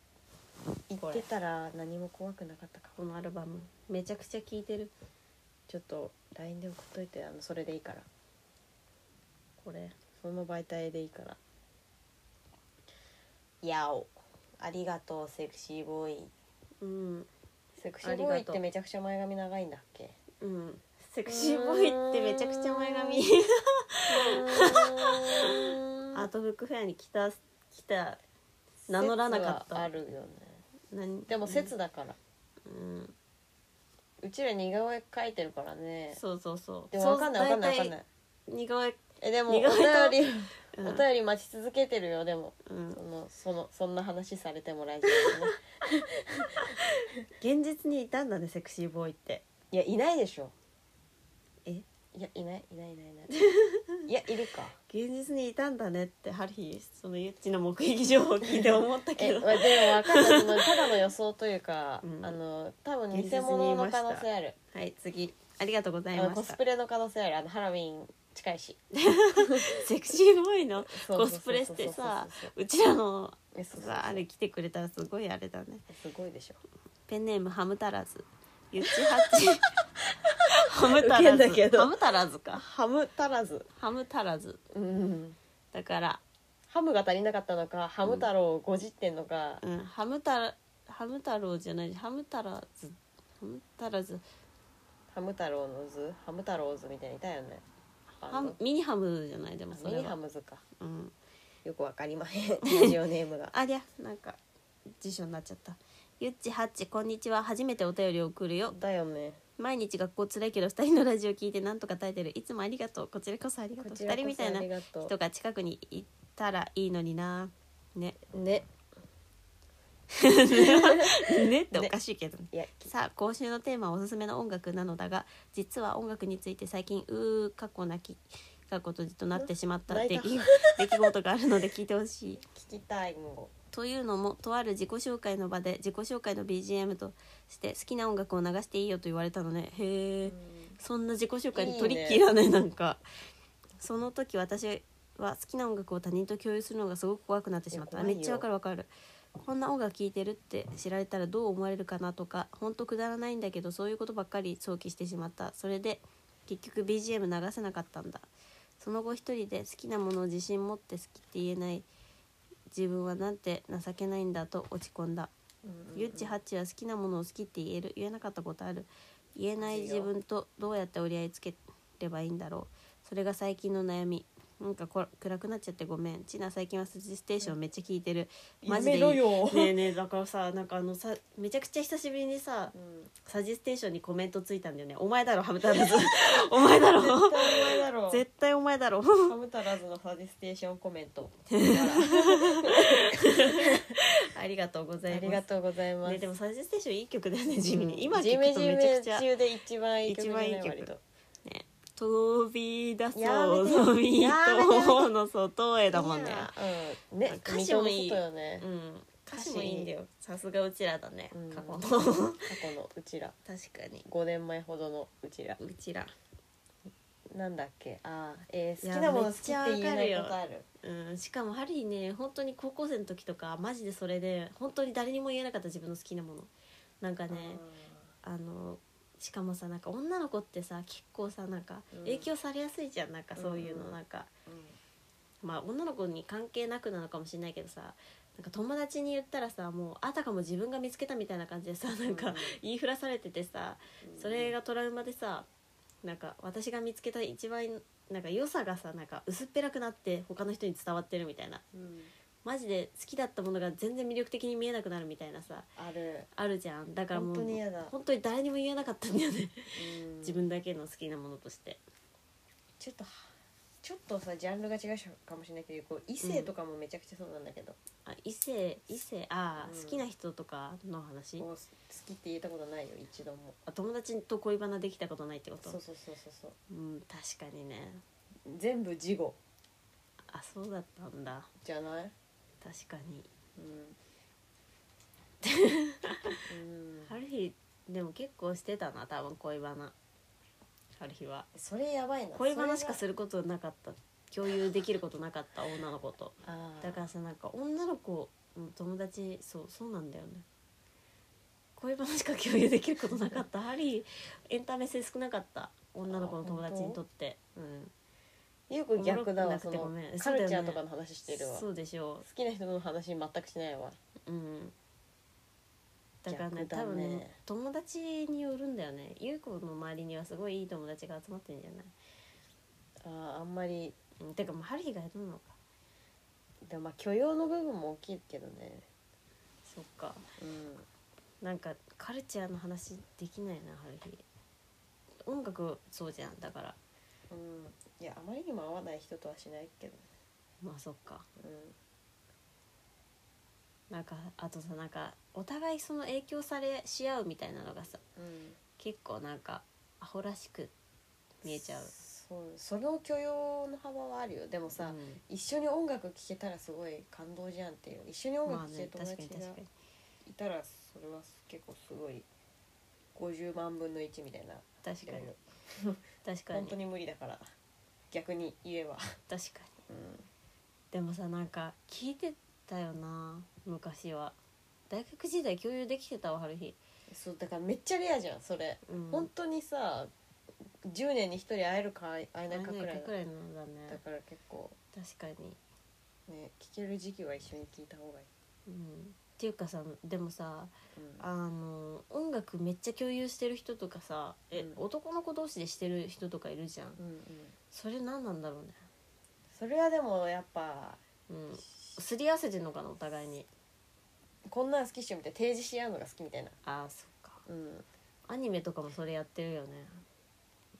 [SPEAKER 2] 行ってたら何も怖くなかったか
[SPEAKER 3] このアルバムめちゃくちゃ聴いてる
[SPEAKER 2] ちょっと LINE で送っといてあのそれでいいから
[SPEAKER 3] これ
[SPEAKER 2] その媒体でいいからやおありがとうセクシーボーイ
[SPEAKER 3] うん
[SPEAKER 2] セクシーボーイっ
[SPEAKER 3] ありがと
[SPEAKER 2] て
[SPEAKER 3] う
[SPEAKER 2] めちゃくちゃ前髪長いんだっけ
[SPEAKER 3] うんセクシーボーイってめちゃくちゃ 前髪アートブックフェアに来た来た名乗らなかっ
[SPEAKER 2] 説はあ
[SPEAKER 3] た
[SPEAKER 2] るよね
[SPEAKER 3] 何
[SPEAKER 2] でも説だから、
[SPEAKER 3] うん
[SPEAKER 2] うちら似顔絵描いてるからね
[SPEAKER 3] そうそうそう
[SPEAKER 2] でもわかんないわかんないわ
[SPEAKER 3] そう
[SPEAKER 2] かんない
[SPEAKER 3] 大体似顔絵
[SPEAKER 2] えでもお
[SPEAKER 3] 似
[SPEAKER 2] 便
[SPEAKER 3] 顔絵と
[SPEAKER 2] り、
[SPEAKER 3] うん
[SPEAKER 2] お便り待ち続けてるよでも
[SPEAKER 3] うん
[SPEAKER 2] そのそのそんな話されても大丈夫ね
[SPEAKER 3] 現実にいたんだねセクシーボーイって
[SPEAKER 2] いやいないでしょ
[SPEAKER 3] え
[SPEAKER 2] いやいないい ないいないいないいやいるか
[SPEAKER 3] 現実にいたんだねってハリーそのユッチの目撃情報を聞いて思ったけ
[SPEAKER 2] えで
[SPEAKER 3] ど
[SPEAKER 2] もわかんないそのただの予想というか、
[SPEAKER 3] うん
[SPEAKER 2] あの多分偽
[SPEAKER 3] 現実に
[SPEAKER 2] 物
[SPEAKER 3] いま
[SPEAKER 2] の
[SPEAKER 3] した
[SPEAKER 2] 可能性ある
[SPEAKER 3] はい次ありがとうござ
[SPEAKER 2] あ
[SPEAKER 3] い
[SPEAKER 2] の
[SPEAKER 3] ま
[SPEAKER 2] コ
[SPEAKER 3] し
[SPEAKER 2] ス
[SPEAKER 3] た
[SPEAKER 2] プレの可能性あるあのハロウィン近いし
[SPEAKER 3] セクシーボーイの
[SPEAKER 2] そうそう
[SPEAKER 3] コスプレしてさ
[SPEAKER 2] そう
[SPEAKER 3] うちらの
[SPEAKER 2] そうそうそう
[SPEAKER 3] さあれ来てくれたらすごいあれだね
[SPEAKER 2] えすごいでしょ
[SPEAKER 3] ペンネームハムタラズユッチハ チハムタ
[SPEAKER 2] ウケん
[SPEAKER 3] ラ
[SPEAKER 2] だけ
[SPEAKER 3] ズ
[SPEAKER 2] ど
[SPEAKER 3] ハムタラズか
[SPEAKER 2] ハム足らず
[SPEAKER 3] ハムタラズ
[SPEAKER 2] うん
[SPEAKER 3] だから、
[SPEAKER 2] ハムが足りなかったのかハム太郎をごじってんのか、
[SPEAKER 3] うん、ハムタラハム太郎じゃないハムタラズハムタラズ
[SPEAKER 2] ハム太郎の図ハム太郎図みたいにいたよね
[SPEAKER 3] ハ
[SPEAKER 2] あ
[SPEAKER 3] ム
[SPEAKER 2] の
[SPEAKER 3] ミニハムじゃないでもそ
[SPEAKER 2] ミ
[SPEAKER 3] れ
[SPEAKER 2] ニハ
[SPEAKER 3] は、
[SPEAKER 2] ム図か
[SPEAKER 3] うん、
[SPEAKER 2] よくわかりま へんラジオネームが
[SPEAKER 3] ありゃなんか辞書になっちゃったゆっちはっちこんにちは初めてお便りを送るよ
[SPEAKER 2] だよね
[SPEAKER 3] 毎日学校つらいけど二人のラジオ聞いてなんとか耐えてるいつもありがとうこちらこそありがとう
[SPEAKER 2] こち
[SPEAKER 3] 二
[SPEAKER 2] らこ
[SPEAKER 3] 人み
[SPEAKER 2] そ
[SPEAKER 3] たい
[SPEAKER 2] あ
[SPEAKER 3] な
[SPEAKER 2] りがと
[SPEAKER 3] 人が近くにいたらいいのにな ね
[SPEAKER 2] うね
[SPEAKER 3] ねっておかしいけどね
[SPEAKER 2] いや
[SPEAKER 3] さあ今週のテーマはおすすめの音楽なのだが実は音楽について最近うー過去なき過去とじとなってしまった
[SPEAKER 2] 泣
[SPEAKER 3] 出
[SPEAKER 2] い
[SPEAKER 3] 来
[SPEAKER 2] た
[SPEAKER 3] 出来事があるので聞いてほしい。
[SPEAKER 2] 聞きたいんご
[SPEAKER 3] というのもとある自己紹介の場で自己紹介の BGM として好きな音楽を流していいよと言われたのねへえ、そんな自己紹介でトリッキーだねなんかその時私は好きな音楽を他人と共有するのがすごく怖くなってしまった
[SPEAKER 2] いや怖
[SPEAKER 3] め
[SPEAKER 2] いよ
[SPEAKER 3] っちゃわかるわかるこんな音楽聴いてるって知られたらどう思われるかなとかほんとくだらないんだけどそういうことばっかり想起してしまったそれで結局 BGM 流せなかったんだその後一人で好きなものを自信持って好きって言えない自分はなんて情けないんだと落ち込んだゆっちはっちは好きなものを好きって言える言えなかったことある言えない自分とどうやって折り合いつければいいんだろうそれが最近の悩みなんかこ暗くなっちゃってごめんちな最近はスジステーションめっちゃ聞いてるマジでいい
[SPEAKER 2] やめろよ
[SPEAKER 3] ねえねえだからさなんかあのさめちゃくちゃ久しぶりにさ
[SPEAKER 2] うん
[SPEAKER 3] サジステーションにコメントついたんだよねお前だろハムタルズお前だろ
[SPEAKER 2] 絶対お前だろ
[SPEAKER 3] 絶対お前だろ
[SPEAKER 2] ハムタラズのサディステーションコメン ト
[SPEAKER 3] ありがとうござい
[SPEAKER 2] あ
[SPEAKER 3] ます
[SPEAKER 2] りがとうございます
[SPEAKER 3] ね、でもサジステーションいい曲だよね地味に今
[SPEAKER 2] ジ
[SPEAKER 3] 聴
[SPEAKER 2] メ
[SPEAKER 3] くと
[SPEAKER 2] ジメ
[SPEAKER 3] めちゃくちゃ
[SPEAKER 2] 中で一番いい曲じゃない
[SPEAKER 3] 一番いい曲
[SPEAKER 2] 割と
[SPEAKER 3] 飛び出
[SPEAKER 2] や
[SPEAKER 3] そう
[SPEAKER 2] めて
[SPEAKER 3] 飛び
[SPEAKER 2] やめて
[SPEAKER 3] 塔の外へだもんね
[SPEAKER 2] うんね
[SPEAKER 3] 歌詞もい
[SPEAKER 2] 水
[SPEAKER 3] い
[SPEAKER 2] 戸の外よね
[SPEAKER 3] うん歌詞
[SPEAKER 2] 詞
[SPEAKER 3] もいいんだよさすがうちらだね
[SPEAKER 2] うん
[SPEAKER 3] 過去の
[SPEAKER 2] 過
[SPEAKER 3] 確か
[SPEAKER 2] 去のうちら
[SPEAKER 3] に
[SPEAKER 2] 5年前ほどのうちら
[SPEAKER 3] うちら
[SPEAKER 2] なんだっけあーえー
[SPEAKER 3] いや
[SPEAKER 2] 好きなもの好きって言えない
[SPEAKER 3] めっち
[SPEAKER 2] こ
[SPEAKER 3] ゃわ
[SPEAKER 2] と
[SPEAKER 3] か
[SPEAKER 2] ある
[SPEAKER 3] うんしかもハリーね本当に高校生の時とかマジでそれで本当に誰にも言えなかった自分の好きなものなんかねあのしかもさなんか女の子ってさ結構さなんか
[SPEAKER 2] うん
[SPEAKER 3] 影響されやすいじゃんなんかそういうの
[SPEAKER 2] うん
[SPEAKER 3] なんか
[SPEAKER 2] うん
[SPEAKER 3] まあ女の子に関係なくなのかもしれないけどさなんか友達に言ったらさもうあたかも自分が見つけたみたいな感じでさなんか言いふらされててさそれがトラウマでさなんか私が見つけた一番なんか良さがさなんか薄っぺらくなって他の人に伝わってるみたいな
[SPEAKER 2] うん
[SPEAKER 3] マジで好きだったものが全然魅力的に見えなくなるみたいなさ
[SPEAKER 2] ある
[SPEAKER 3] あるじゃんだからもう
[SPEAKER 2] 本当に嫌だ
[SPEAKER 3] 本当に誰にも言えなかったんだよね
[SPEAKER 2] うん
[SPEAKER 3] 自分だけの好きなものとして
[SPEAKER 2] ちょっとはちょっとさジャンルが違うかもしれないけどこう異性とかもめちゃくちゃそうなんだけど
[SPEAKER 3] あ異性異性ああ、
[SPEAKER 2] うん
[SPEAKER 3] 好きな人とかの話
[SPEAKER 2] もう好きって言えたことないよ一度も
[SPEAKER 3] あ友達と恋バナできたことないってこと
[SPEAKER 2] そうそうそうそうそう
[SPEAKER 3] うん確かにね
[SPEAKER 2] 全部事後
[SPEAKER 3] あそうだったんだ
[SPEAKER 2] じゃない
[SPEAKER 3] 確かに
[SPEAKER 2] うんうん
[SPEAKER 3] 春日でも結構してたな多分恋バナ春日は
[SPEAKER 2] それやばいな
[SPEAKER 3] 恋バナしか
[SPEAKER 2] そ
[SPEAKER 3] することなかった共有できることなかった女の子 と
[SPEAKER 4] あー
[SPEAKER 3] だからさなんか女の子の友達そうそうなんだよねこういう話しか共有できることなかっ たやはりエンタメ性少なかった女の子の友達にとってうん
[SPEAKER 2] ゆうくん逆だ
[SPEAKER 3] おもろく
[SPEAKER 2] わそ
[SPEAKER 3] なくてご
[SPEAKER 2] の
[SPEAKER 3] めん
[SPEAKER 2] カルチャー
[SPEAKER 3] そうだよね
[SPEAKER 2] とかの話してるわ、
[SPEAKER 3] そうでしょ
[SPEAKER 2] 好きな人の話全くしないわ
[SPEAKER 3] ううんだからね
[SPEAKER 2] 逆
[SPEAKER 3] 多
[SPEAKER 2] だね
[SPEAKER 3] 分ね友達によるんだよね優子の周りにはすごいいい友達が集まってんじゃない、
[SPEAKER 2] あーあんまり
[SPEAKER 3] うん、てかもう春日がどうなのか
[SPEAKER 2] でもまあ許容の部分も大きいけどね
[SPEAKER 3] そっか
[SPEAKER 2] うん
[SPEAKER 3] なんかカルチャーの話できないな春日音楽そうじゃんだから
[SPEAKER 2] うんいやあまりにも合わない人とはしないけど、
[SPEAKER 3] まあそっか
[SPEAKER 2] う
[SPEAKER 3] なんかあとさなんかお互いその影響されし合うみたいなのがさ
[SPEAKER 2] んうん、
[SPEAKER 3] 結構なんかアホらしく見えちゃう
[SPEAKER 2] そうその許容の幅はあるよでもさ、
[SPEAKER 3] うん
[SPEAKER 2] 一緒に音楽聴けたらすごい感動じゃんっていう一緒に音
[SPEAKER 3] まあ
[SPEAKER 2] 楽聴け
[SPEAKER 3] ね
[SPEAKER 2] る友
[SPEAKER 3] 確か
[SPEAKER 2] 達
[SPEAKER 3] に
[SPEAKER 2] が
[SPEAKER 3] 確かに
[SPEAKER 2] いたらそれは結構すごい50万分の1みたいな
[SPEAKER 3] 確か
[SPEAKER 2] レベ
[SPEAKER 3] に
[SPEAKER 2] ル
[SPEAKER 3] 確か
[SPEAKER 2] 本
[SPEAKER 3] に
[SPEAKER 2] 当に無理だから逆に言えば、
[SPEAKER 3] 確か
[SPEAKER 2] う
[SPEAKER 3] に
[SPEAKER 2] ん、
[SPEAKER 3] でもさなんか聞いてたよな昔は大学時代共有できてたわ春日、
[SPEAKER 2] そうだからめっちゃレアじゃんそれ、
[SPEAKER 3] うん、
[SPEAKER 2] 本当にさ10年に1人会えるか会えないかくらいだ
[SPEAKER 3] くらいなんだね
[SPEAKER 2] だから結構
[SPEAKER 3] 確かに
[SPEAKER 2] ね聴ける時期は一緒に聴いた方がいい、
[SPEAKER 3] うんっていうかさでもさ
[SPEAKER 2] うん
[SPEAKER 3] あの音楽めっちゃ共有してる人とかさえ、
[SPEAKER 2] うん
[SPEAKER 3] 男の子同士でしてる人とかいるじゃん
[SPEAKER 2] うんうん、
[SPEAKER 3] それ何なんだろうね
[SPEAKER 2] それはでもやっぱ
[SPEAKER 3] うんすり合わせてんのかなお互いに
[SPEAKER 2] こんなん好きっしょみたいな提示し合うのが好きみたいな、
[SPEAKER 3] あーそっか
[SPEAKER 2] うん、
[SPEAKER 3] アニメとかもそれやってるよね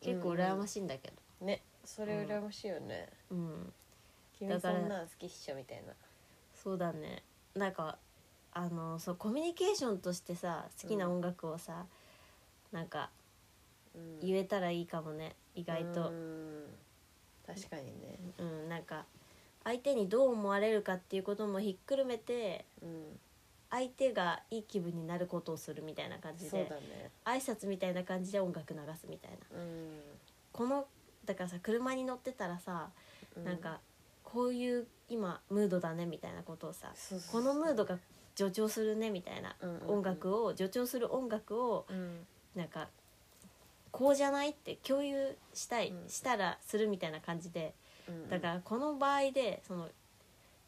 [SPEAKER 3] 結構羨ましいんだけど
[SPEAKER 2] ねそれ羨ましいよね、
[SPEAKER 3] うん、
[SPEAKER 2] 君そんなん好きっしょみたいな
[SPEAKER 3] そうだねなんかあのそうコミュニケーションとしてさ好きな音楽をさ、なんか
[SPEAKER 2] うん
[SPEAKER 3] 言えたらいいかもね意外と
[SPEAKER 2] うん確かにね
[SPEAKER 3] うん、なんか相手にどう思われるかっていうこともひっくるめて
[SPEAKER 2] うん
[SPEAKER 3] 相手がいい気分になることをするみたいな感じ
[SPEAKER 2] そう
[SPEAKER 3] で
[SPEAKER 2] だね
[SPEAKER 3] 挨拶みたいな感じで音楽流すみたいな
[SPEAKER 2] うん
[SPEAKER 3] このだからさ車に乗ってたらさ、
[SPEAKER 2] う
[SPEAKER 3] なんかこういう今ムードだねみたいなことをさ
[SPEAKER 2] そうそうそ
[SPEAKER 3] こ
[SPEAKER 2] う
[SPEAKER 3] のムードが助長するねみたいな
[SPEAKER 2] うんうんうん
[SPEAKER 3] 音楽を助長する音楽を
[SPEAKER 2] うん
[SPEAKER 3] なんかこうじゃないって共有したい
[SPEAKER 2] うん
[SPEAKER 3] したらするみたいな感じで
[SPEAKER 2] うん
[SPEAKER 3] だからこの場合でその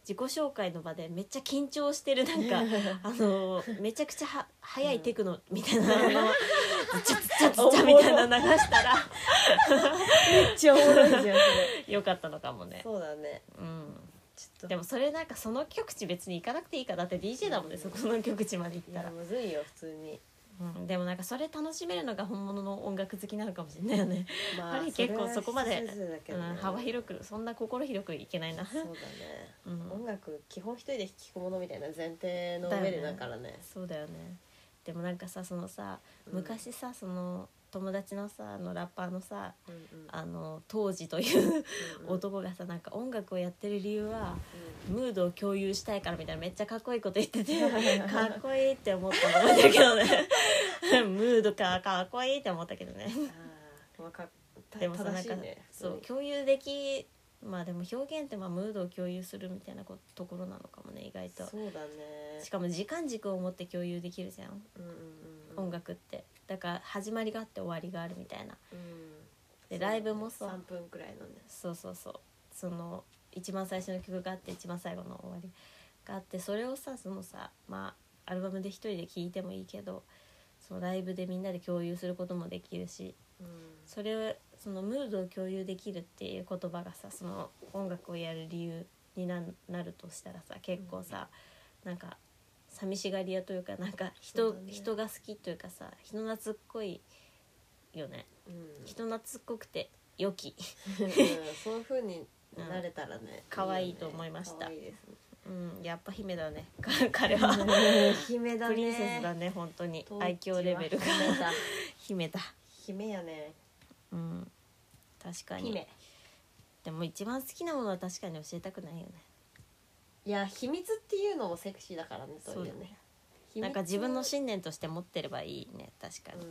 [SPEAKER 3] 自己紹介の場でめっちゃ緊張してるなん かあのめちゃくちゃは速いテクノみたいなあ の「ズチャズチャズチャ」みたいな流したら
[SPEAKER 2] めっちゃおもろいじゃんそれ
[SPEAKER 3] よかったのかも ね。
[SPEAKER 2] そうだね
[SPEAKER 3] うん
[SPEAKER 2] ちょっと
[SPEAKER 3] でもそれなんかその局地別に行かなくていいからだって DJ だもんね、
[SPEAKER 2] うん
[SPEAKER 3] そこの局地まで行っ
[SPEAKER 2] い
[SPEAKER 3] た
[SPEAKER 2] や
[SPEAKER 3] ら、
[SPEAKER 2] むずいよ普通に
[SPEAKER 3] うん、でもなんかそれ楽しめるのが本物の音楽好きなのかもしれないよね、
[SPEAKER 2] ま
[SPEAKER 3] やっぱり結構そこまで
[SPEAKER 2] れは人それぞれだけ
[SPEAKER 3] う
[SPEAKER 2] どね
[SPEAKER 3] ん、幅広くそんな心広くいけないな
[SPEAKER 2] そうだね
[SPEAKER 3] うん
[SPEAKER 2] 音楽基本一人で弾きこものみたいな前提の上でだからね
[SPEAKER 3] そうだよねでもなんかさそのさ
[SPEAKER 2] うん
[SPEAKER 3] 昔さその友達のさあのラッパーのさ
[SPEAKER 2] うんうん
[SPEAKER 3] あの当時という
[SPEAKER 2] うんうん
[SPEAKER 3] 男がさなんか音楽をやってる理由は
[SPEAKER 2] うん
[SPEAKER 3] ムードを共有したいからみたいなめっちゃかっこいいこと言 っててかっこいいって思ったの覚えてるけどね ムードかかっこいいって思ったけどね
[SPEAKER 2] あーまあかた
[SPEAKER 3] でもさ
[SPEAKER 2] 正
[SPEAKER 3] なん
[SPEAKER 2] しい
[SPEAKER 3] か
[SPEAKER 2] ね
[SPEAKER 3] そう共有できまあでも表現ってまあムードを共有するみたいなこところなのかもね意外と
[SPEAKER 2] そうだね
[SPEAKER 3] しかも時間軸を持って共有できるじゃん
[SPEAKER 2] うんうんうん
[SPEAKER 3] 音楽ってだから始まりがあって終わりがあるみたいな
[SPEAKER 2] うん
[SPEAKER 3] でライブもそう
[SPEAKER 2] 3分くらいのね
[SPEAKER 3] そうそうそうその一番最初の曲があって一番最後の終わりがあってそれをさそのさまあアルバムで一人で聴いてもいいけどそのライブでみんなで共有することもできるし
[SPEAKER 2] うん
[SPEAKER 3] それをそのムードを共有できるっていう言葉がさその音楽をやる理由にななるとしたらさ結構さ、なんか寂しがり屋というかなんか
[SPEAKER 2] そう
[SPEAKER 3] 人,、
[SPEAKER 2] だね
[SPEAKER 3] 人が好きというかさ人懐っこいよね
[SPEAKER 2] うん
[SPEAKER 3] 人懐っこくて良き、
[SPEAKER 2] うんそういう風になれたらね
[SPEAKER 3] 可愛い
[SPEAKER 2] よね
[SPEAKER 3] と思いました
[SPEAKER 2] 可愛いですね
[SPEAKER 3] うん、やっぱ姫だねか 彼は
[SPEAKER 2] 姫だね
[SPEAKER 3] プリンセスだね本当に愛嬌レベルが
[SPEAKER 2] 当時は姫だ
[SPEAKER 3] 姫
[SPEAKER 2] 姫
[SPEAKER 3] だ
[SPEAKER 2] やね
[SPEAKER 3] うん確かに
[SPEAKER 2] 姫
[SPEAKER 3] でも一番好きなものは確かに教えたくないよね
[SPEAKER 2] いや秘密っていうのもセクシーだからねそういう
[SPEAKER 3] そうだ
[SPEAKER 2] ね
[SPEAKER 3] なんか自分の
[SPEAKER 2] し
[SPEAKER 3] 信念として持ってればいいね確かに、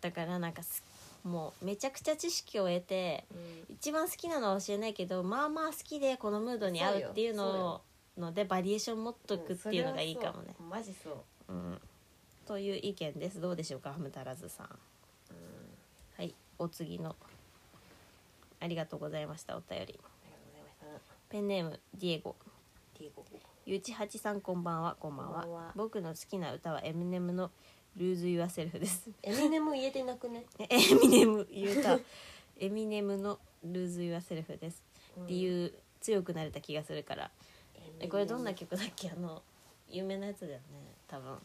[SPEAKER 3] だからなんかすもうめちゃくちゃ知識を得て
[SPEAKER 4] うん
[SPEAKER 3] 一番好きなのは教えないけどまあまあ好きでこのムードに合うっていう
[SPEAKER 4] そう
[SPEAKER 3] の
[SPEAKER 4] よ
[SPEAKER 3] をのでバリエーション持っとくっていうのがいいかもね。
[SPEAKER 4] マジそう、
[SPEAKER 3] うん、という意見ですどうでしょうかハムタラズさん。
[SPEAKER 4] うん、
[SPEAKER 3] はいお次のありがとうございましたお便り。
[SPEAKER 4] ありがとうございました
[SPEAKER 3] ペンネームディエゴ
[SPEAKER 4] ティーゴ
[SPEAKER 3] ゆうちはちさんこんばんはこんばんは
[SPEAKER 4] こんばんは
[SPEAKER 3] 僕の好きな歌はエミネムの「ルーズ・ユア・セルフ」です
[SPEAKER 4] エミネも言えてなくね、
[SPEAKER 3] えエミネム言うたエミネムの「ルーズ・ユア・セルフ」です理由強くなれた気がするからえこれどんな曲だっけあの有名なやつだよね多分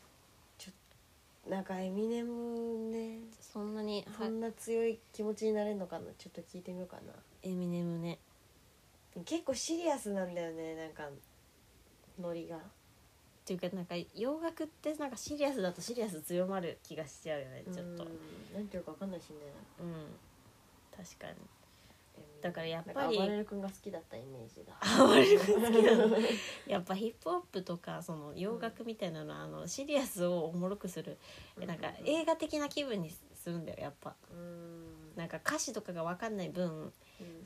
[SPEAKER 2] なんかエミネムね
[SPEAKER 3] そんなに
[SPEAKER 2] そんな強い気持ちになれるのかなちょっと聞いてみようか
[SPEAKER 3] エミネムね
[SPEAKER 2] な結構シリアスなんだよねなんかノリが
[SPEAKER 3] っていうかなんか洋楽ってなんかシリアスだとシリアス強まる気がしちゃうよねちょっと
[SPEAKER 2] うんなんていうかわかんないしね
[SPEAKER 3] うん確かにだからやっぱり
[SPEAKER 2] なんか暴れる君が好きだったイメージだ
[SPEAKER 3] 暴れる君好きなのやっぱヒップホップとかその洋楽みたいなのはあのシリアスをおもろくするえなんか映画的な気分にするんだよやっぱ
[SPEAKER 2] うん
[SPEAKER 3] なんか歌詞とかが分かんない分
[SPEAKER 2] うん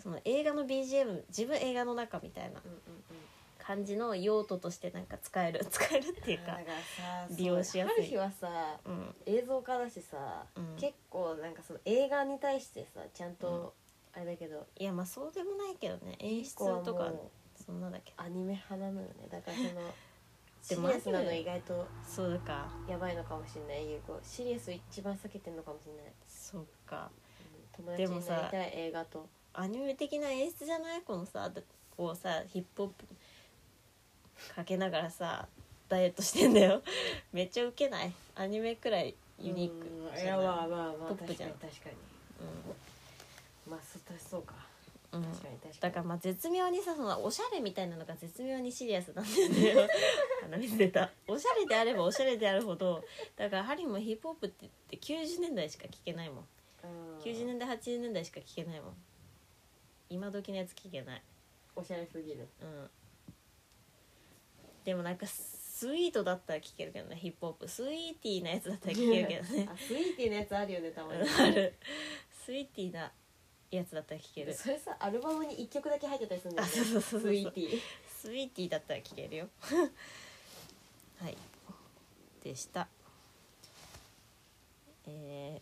[SPEAKER 3] その映画の BGM 自分映画の中みたいな
[SPEAKER 2] うんうん
[SPEAKER 3] 感じの用途としてなんか使える 使えるっていう
[SPEAKER 2] だか
[SPEAKER 3] から
[SPEAKER 2] さ
[SPEAKER 3] 利用しやすい
[SPEAKER 2] そう春日はさ
[SPEAKER 3] うん
[SPEAKER 2] 映像化だしさ、
[SPEAKER 3] うん
[SPEAKER 2] 結構なんかその映画に対してさちゃんとあれだけど、
[SPEAKER 3] いやまあそうでもないけどね演出
[SPEAKER 2] こうは
[SPEAKER 3] とか
[SPEAKER 2] も
[SPEAKER 3] そんなだけ
[SPEAKER 2] うアニメ派なのよねだからそのシ
[SPEAKER 3] で
[SPEAKER 2] リ
[SPEAKER 3] も
[SPEAKER 2] アスなの意外と
[SPEAKER 3] そうだか
[SPEAKER 2] やばいのかもしれないゆうこシリアス一番避けてんのかもしれない、
[SPEAKER 3] そうか
[SPEAKER 2] うん友達になりたい映画と
[SPEAKER 3] アニメ的な演出じゃないこのさこうさヒップホップかけながらさダイエットしてんだよめっちゃウケないアニメくらいユニーク
[SPEAKER 2] うんい
[SPEAKER 3] じ
[SPEAKER 2] や
[SPEAKER 3] ゃない
[SPEAKER 2] まあまあまあ
[SPEAKER 3] ポップ
[SPEAKER 2] 確
[SPEAKER 3] じ
[SPEAKER 2] か
[SPEAKER 3] ゃ
[SPEAKER 2] に
[SPEAKER 3] ん
[SPEAKER 2] 確かにまあそそうか
[SPEAKER 3] うんうん
[SPEAKER 2] 確かに確か
[SPEAKER 3] だ
[SPEAKER 2] に
[SPEAKER 3] からまあ絶妙にさそのおしゃれみたいなのが絶妙にシリアスなんだ よあの見てたおしゃれであればおしゃれであるほどだからハリーもヒップホップってって90年代しか聴けないもん
[SPEAKER 2] うん
[SPEAKER 3] 90年代80年代しか聴けないもん今時のやつ聴けない
[SPEAKER 2] おしゃれすぎる
[SPEAKER 3] うんでもなんかスイートだったら聴けるけどねヒップホップスイーティーなやつだったら聴けるけどね
[SPEAKER 2] あスイーティーのや つあるよねたまに
[SPEAKER 3] あるスイーティーなやつだったら聴ける
[SPEAKER 2] それさアルバムに1曲だけ入ってたりするんだ
[SPEAKER 3] あ
[SPEAKER 2] よ
[SPEAKER 3] そう
[SPEAKER 2] ね
[SPEAKER 3] そうそうそ
[SPEAKER 2] ス
[SPEAKER 3] う
[SPEAKER 2] イーティー
[SPEAKER 3] スイーティーだったら聴けるよ はいでしたえー、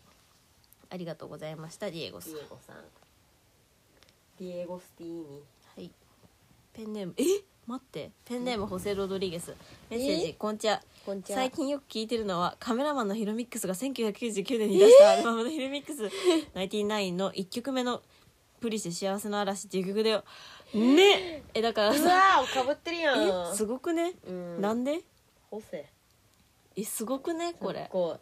[SPEAKER 3] ありがとうございましたディエゴさ
[SPEAKER 2] デ
[SPEAKER 3] ん
[SPEAKER 2] ィエゴさんディエゴスティーニ
[SPEAKER 3] はい。ペンネーム、え待って。ペンネーム、ホセ・ロドリゲス。メッセージ、こんちは。
[SPEAKER 2] こん
[SPEAKER 3] 最近よく聞いてるのは、カメラマンのヒロミックスが1999年に出したアルバムのヒロミックス、99の1曲目の、プリシェ幸せの嵐っていう曲だよ。ねえ、だから
[SPEAKER 2] う
[SPEAKER 3] さ、
[SPEAKER 2] わーかぶってるやん
[SPEAKER 3] え、すごくね、
[SPEAKER 2] うん
[SPEAKER 3] なんで
[SPEAKER 2] ホセ
[SPEAKER 3] え、すごくねこれ。
[SPEAKER 2] こ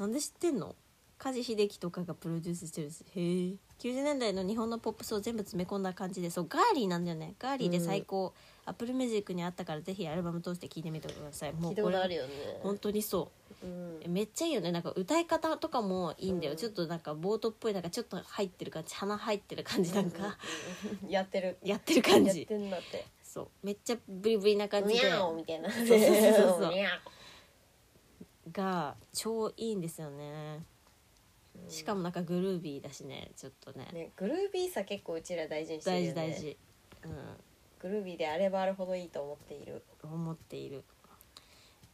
[SPEAKER 3] なんで知ってんの梶秀樹とかがプロデュースしてるしへえ90年代の日本のポップスを全部詰め込んだ感じでそうガーリーなんだよねガーリーで最高、アップルミュージックにあったからぜひアルバム通して聴いてみてくださいう
[SPEAKER 2] 聞
[SPEAKER 3] もう
[SPEAKER 2] いた
[SPEAKER 3] こ
[SPEAKER 2] こ
[SPEAKER 3] れ
[SPEAKER 2] とあるよね
[SPEAKER 3] 本当にそ
[SPEAKER 2] うん
[SPEAKER 3] うめっちゃいいよねなんか歌い方とかもいいんだよ、
[SPEAKER 2] うん
[SPEAKER 3] ちょっとなんかボートっぽいなんかちょっと入ってる感じ鼻入ってる感じなんか、
[SPEAKER 2] やってる
[SPEAKER 3] やってる感
[SPEAKER 2] やっ
[SPEAKER 3] じ
[SPEAKER 2] てんだって
[SPEAKER 3] そうめっちゃブリブリな感じ
[SPEAKER 2] ニ
[SPEAKER 3] で
[SPEAKER 2] ャオみたいなそう
[SPEAKER 3] そうそう そう
[SPEAKER 2] ニャ
[SPEAKER 3] が超いいんですよね、
[SPEAKER 2] オ
[SPEAKER 3] しかもなんかグルービーだしねちょっとね
[SPEAKER 2] ねグルービーさ結構うちら大事にしてる
[SPEAKER 3] 大
[SPEAKER 2] よね
[SPEAKER 3] 事大事うん
[SPEAKER 2] グルービーであればあるほどいいと思っている
[SPEAKER 3] 思っている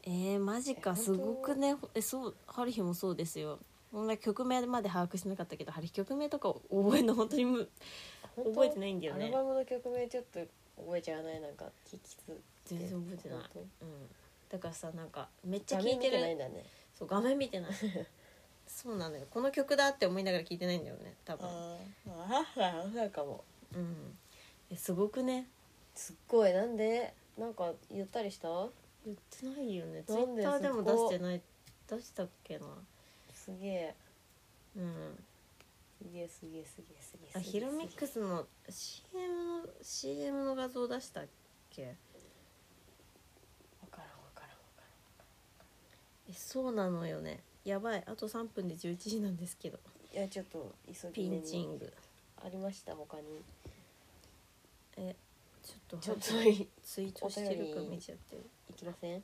[SPEAKER 3] えー、マジか
[SPEAKER 2] え
[SPEAKER 3] すごくねえそう春日もそうですよそんな曲名まで把握してなかったけど春日曲名とか覚えるの本当にむ
[SPEAKER 2] 本当
[SPEAKER 3] 覚えてないんだよね
[SPEAKER 2] アルバムの曲名ちょっと覚えちゃわないなんか聞きつ
[SPEAKER 3] 全然覚えてない、
[SPEAKER 2] 本当
[SPEAKER 3] うん、だからさなんかめっちゃ
[SPEAKER 2] 画
[SPEAKER 3] 聴い
[SPEAKER 2] 面
[SPEAKER 3] て
[SPEAKER 2] 見
[SPEAKER 3] る
[SPEAKER 2] てないんだね
[SPEAKER 3] そう画面 見てないそうなのよこの曲だって思いながら聴いてないんだよね多分
[SPEAKER 2] あーあーそうかも
[SPEAKER 3] うんえすごくね
[SPEAKER 2] すっごいなんでなんか言ったりした
[SPEAKER 3] 言ってないよねツイ
[SPEAKER 2] なん
[SPEAKER 3] ッ
[SPEAKER 2] で
[SPEAKER 3] ターでも
[SPEAKER 2] そ
[SPEAKER 3] 出
[SPEAKER 2] こ
[SPEAKER 3] してない出したっけな
[SPEAKER 2] すげえ
[SPEAKER 3] うん
[SPEAKER 2] すげえすげえすげえすげえ
[SPEAKER 3] あヒロミックスの CM の CM の画像出したっけ
[SPEAKER 2] わからんわからんわか
[SPEAKER 3] えそうなのよねやばいあと3分で11時なんですけど
[SPEAKER 2] らんいやちょっと急ぎ
[SPEAKER 3] ピ
[SPEAKER 2] 目に
[SPEAKER 3] ンチング
[SPEAKER 2] ありました 他に
[SPEAKER 3] えちょっと
[SPEAKER 2] ちょっと
[SPEAKER 3] はい
[SPEAKER 2] い
[SPEAKER 3] ツイートしてるか見ちゃってる
[SPEAKER 2] いきません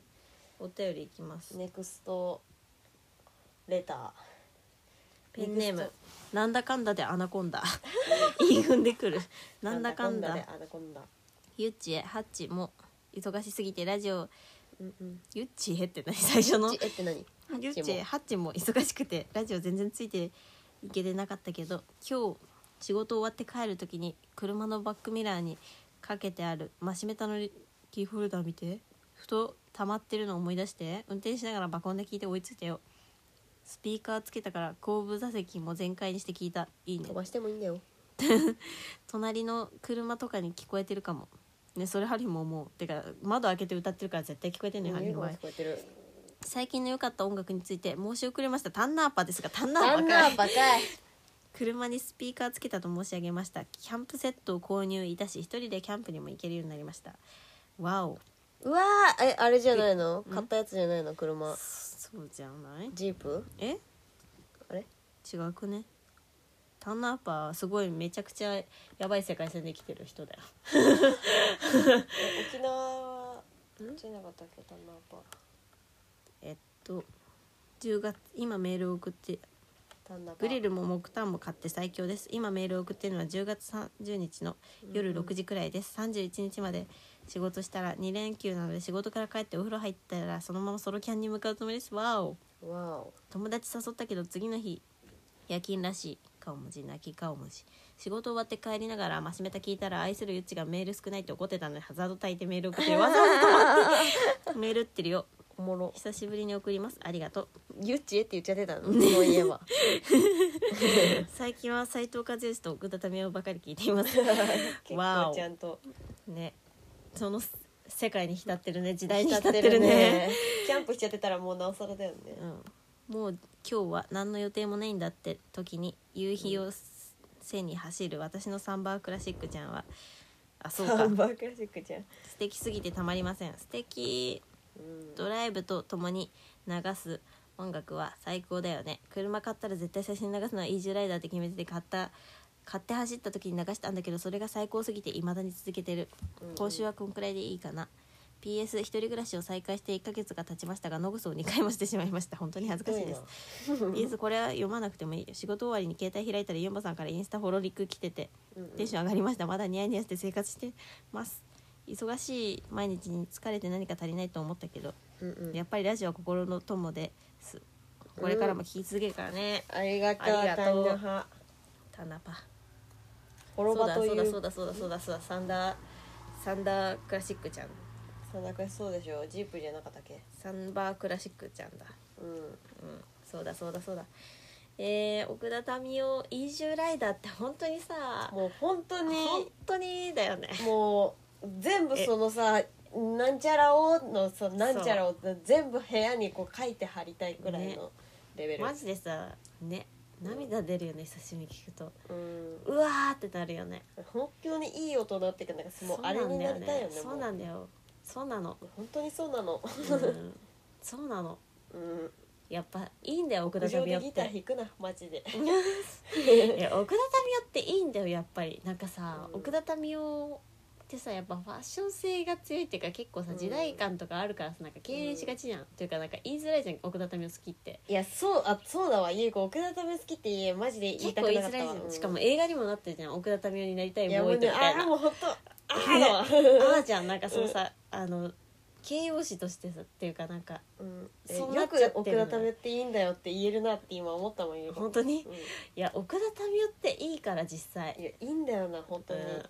[SPEAKER 3] お便りいきます、
[SPEAKER 2] ネクストレタ
[SPEAKER 3] ペンネー
[SPEAKER 4] ネ
[SPEAKER 3] ム
[SPEAKER 4] ク
[SPEAKER 3] なんだかんだ でアナコンダ言い踏んでくるなんだかんだ
[SPEAKER 4] であだこんだ
[SPEAKER 3] ゆっちえハッチも忙しすぎてラジオ
[SPEAKER 4] うんうん
[SPEAKER 3] ゆっちえって何最初の
[SPEAKER 2] えって何
[SPEAKER 3] ゆっちえハッチも忙しくてラジオ全然ついていけてなかったけど今日仕事終わって帰る時に車のバックミラーにかけてあるマシメタのキーホルダー見てふと溜まってるの思い出して運転しながらバコンで聞いて追いついたよスピーカーつけたから後部座席も全開にして聞いたいいね
[SPEAKER 2] 飛ばしてもいいんだよ
[SPEAKER 3] 隣の車とかに聞こえてるかもねそれハリーも思うてか窓開けて歌ってるから絶対聞こえてんのよハリーの場合
[SPEAKER 2] 聞こえてる
[SPEAKER 3] 最近の良かった音楽について申し遅れましたタンナーパですがタンナー
[SPEAKER 2] あ
[SPEAKER 3] パ
[SPEAKER 2] ん
[SPEAKER 3] か
[SPEAKER 2] ないバカい
[SPEAKER 3] 車にスピーカーつけたと申し上げましたキャンプセットを購入いたし一人でキャンプにも行けるようになりましたわお
[SPEAKER 2] うわーえあれじゃないの
[SPEAKER 3] うん
[SPEAKER 2] 買ったやつじゃないの車
[SPEAKER 3] そうじゃない
[SPEAKER 2] ジープ
[SPEAKER 3] え
[SPEAKER 2] あれ
[SPEAKER 3] 違くねタンナーパーすごいめちゃくちゃやばい世界線で生きてる人だよ
[SPEAKER 4] 沖縄はじゃなかったっけタンナーパ
[SPEAKER 3] えっと10月今メールを送って
[SPEAKER 4] タンナーパ
[SPEAKER 3] グリルも木炭も買って最強です今メールを送ってるのは10月30日の夜6時くらいです31日まで仕事したら2連休なので仕事から帰ってお風呂入ったらそのままソロキャンに向かうつもりですわお
[SPEAKER 2] わお
[SPEAKER 3] 友達誘ったけど次の日夜勤らしい顔文字泣き顔文字仕事終わって帰りながらマシメタ聞いたら愛するゆっちがメール少ないって怒ってたのでハザード焚いてメール送ってるわざわざ黙ってメール打ってるよ
[SPEAKER 2] おもろ
[SPEAKER 3] 久しぶりに送りますありがとう
[SPEAKER 2] ゆっちえって言っちゃってたのそういえば
[SPEAKER 3] 最近は斉藤和義と奥田民生ばかり聞いていま す
[SPEAKER 4] 結
[SPEAKER 3] わ
[SPEAKER 4] 構
[SPEAKER 3] お
[SPEAKER 4] ちゃんと
[SPEAKER 3] ねその世界に浸ってるね時代に浸ってるね
[SPEAKER 4] キャンプしちゃってたらもうなおさらだよね
[SPEAKER 3] うん、 もう今日は何の予定もないんだって時に夕日を背に走る私のサンバークラシックちゃんはあそう
[SPEAKER 4] ハ
[SPEAKER 3] か
[SPEAKER 4] ンバーグラシックじゃん
[SPEAKER 3] 素敵すぎてたまりません素敵ドライブとともに流す音楽は最高だよね車買ったら絶対最初に流すのはイージューライダーって決めてて買った買って走った時に流したんだけどそれが最高すぎて未だに続けてる今週はこんくらいでいいかな PS 一人暮らしを再開して1ヶ月が経ちましたがノグソを2回もしてしまいました本当に恥ずかしいですいずこれは読まなくてもいいよ仕事終わりに携帯開いたらユンボさんからインスタフォロリック来ててテンション上がりましたまだニヤニヤして生活してます忙しい毎日に疲れて何か足りないと思ったけど
[SPEAKER 2] うんうん
[SPEAKER 3] やっぱりラジオは心の友ですこれからも聞き続けるからね、
[SPEAKER 4] ありがとう
[SPEAKER 3] ありがとう
[SPEAKER 4] タンナハ
[SPEAKER 3] タナパ
[SPEAKER 4] 滅
[SPEAKER 3] そう
[SPEAKER 4] ば
[SPEAKER 3] だ
[SPEAKER 4] とい
[SPEAKER 3] そううだそうだそうだそうだそうだサンダーサンダークラシックちゃん
[SPEAKER 4] そんな悔しそうでしょジープじゃなかったっけ
[SPEAKER 3] サンバークラシックちゃんだ
[SPEAKER 4] うん
[SPEAKER 3] うんそうだそうだそうだえー、奥田民生イージューライダーって本当にさ
[SPEAKER 4] もう本当に
[SPEAKER 3] 本当にだよね
[SPEAKER 4] もう全部そのさなんちゃらをのさなんちゃらを全部部屋にこう書いて貼りたいくらい
[SPEAKER 3] ね
[SPEAKER 4] のレベル、
[SPEAKER 3] マジでさね涙出るよね久しぶりに聞くと
[SPEAKER 4] うん
[SPEAKER 3] うわーってなるよね
[SPEAKER 4] 本当にいい大人っていうかなんかもうあれになりたいよね
[SPEAKER 3] そうなんだよねそうなんだよ
[SPEAKER 4] もう本当にそうなの
[SPEAKER 3] そうなの、うん、そうなの
[SPEAKER 4] うん
[SPEAKER 3] やっぱいいんだよ奥田
[SPEAKER 4] 屋上
[SPEAKER 3] 民生
[SPEAKER 4] で
[SPEAKER 3] っ
[SPEAKER 4] ギター
[SPEAKER 3] て
[SPEAKER 4] 弾くなマジ で
[SPEAKER 3] いや奥田民生っていいんだよやっぱりなんかさ、
[SPEAKER 4] うん
[SPEAKER 3] 奥田民生ってさやっぱファッション性が強いっていうか結構さ
[SPEAKER 4] うん
[SPEAKER 3] 時代感とかあるからさなんか敬遠しがちじゃん、っていうかなんか言いづらいじゃん奥田民生好きって
[SPEAKER 4] いやそうあそうだわゆう子奥田民好きって言えマジで言
[SPEAKER 3] 結
[SPEAKER 4] いた
[SPEAKER 3] 構
[SPEAKER 4] く
[SPEAKER 3] 言い
[SPEAKER 4] なかっ
[SPEAKER 3] づら
[SPEAKER 4] た
[SPEAKER 3] いじ
[SPEAKER 4] わ
[SPEAKER 3] ゃん、
[SPEAKER 4] うん
[SPEAKER 3] しかも映画にもなってるじゃん奥田民生になりたい
[SPEAKER 4] いや
[SPEAKER 3] ボ
[SPEAKER 4] も
[SPEAKER 3] ー
[SPEAKER 4] う
[SPEAKER 3] イと
[SPEAKER 4] ね
[SPEAKER 3] みたい
[SPEAKER 4] ああ
[SPEAKER 3] な
[SPEAKER 4] もう本当ああ
[SPEAKER 3] ね
[SPEAKER 4] だわ
[SPEAKER 3] あーじゃんなんかそのさ、あの形容詞としてさっていうかなんか
[SPEAKER 4] うんえ
[SPEAKER 3] そうなっ
[SPEAKER 4] よ
[SPEAKER 3] ちゃ
[SPEAKER 4] く
[SPEAKER 3] って
[SPEAKER 4] 奥
[SPEAKER 3] るの
[SPEAKER 4] 田民っていいんだよって言えるなって今思ったもんゆう子
[SPEAKER 3] 本当に
[SPEAKER 4] う
[SPEAKER 3] いや奥田民生っていいから実際
[SPEAKER 4] んいやいいんだよな本当に、
[SPEAKER 3] うん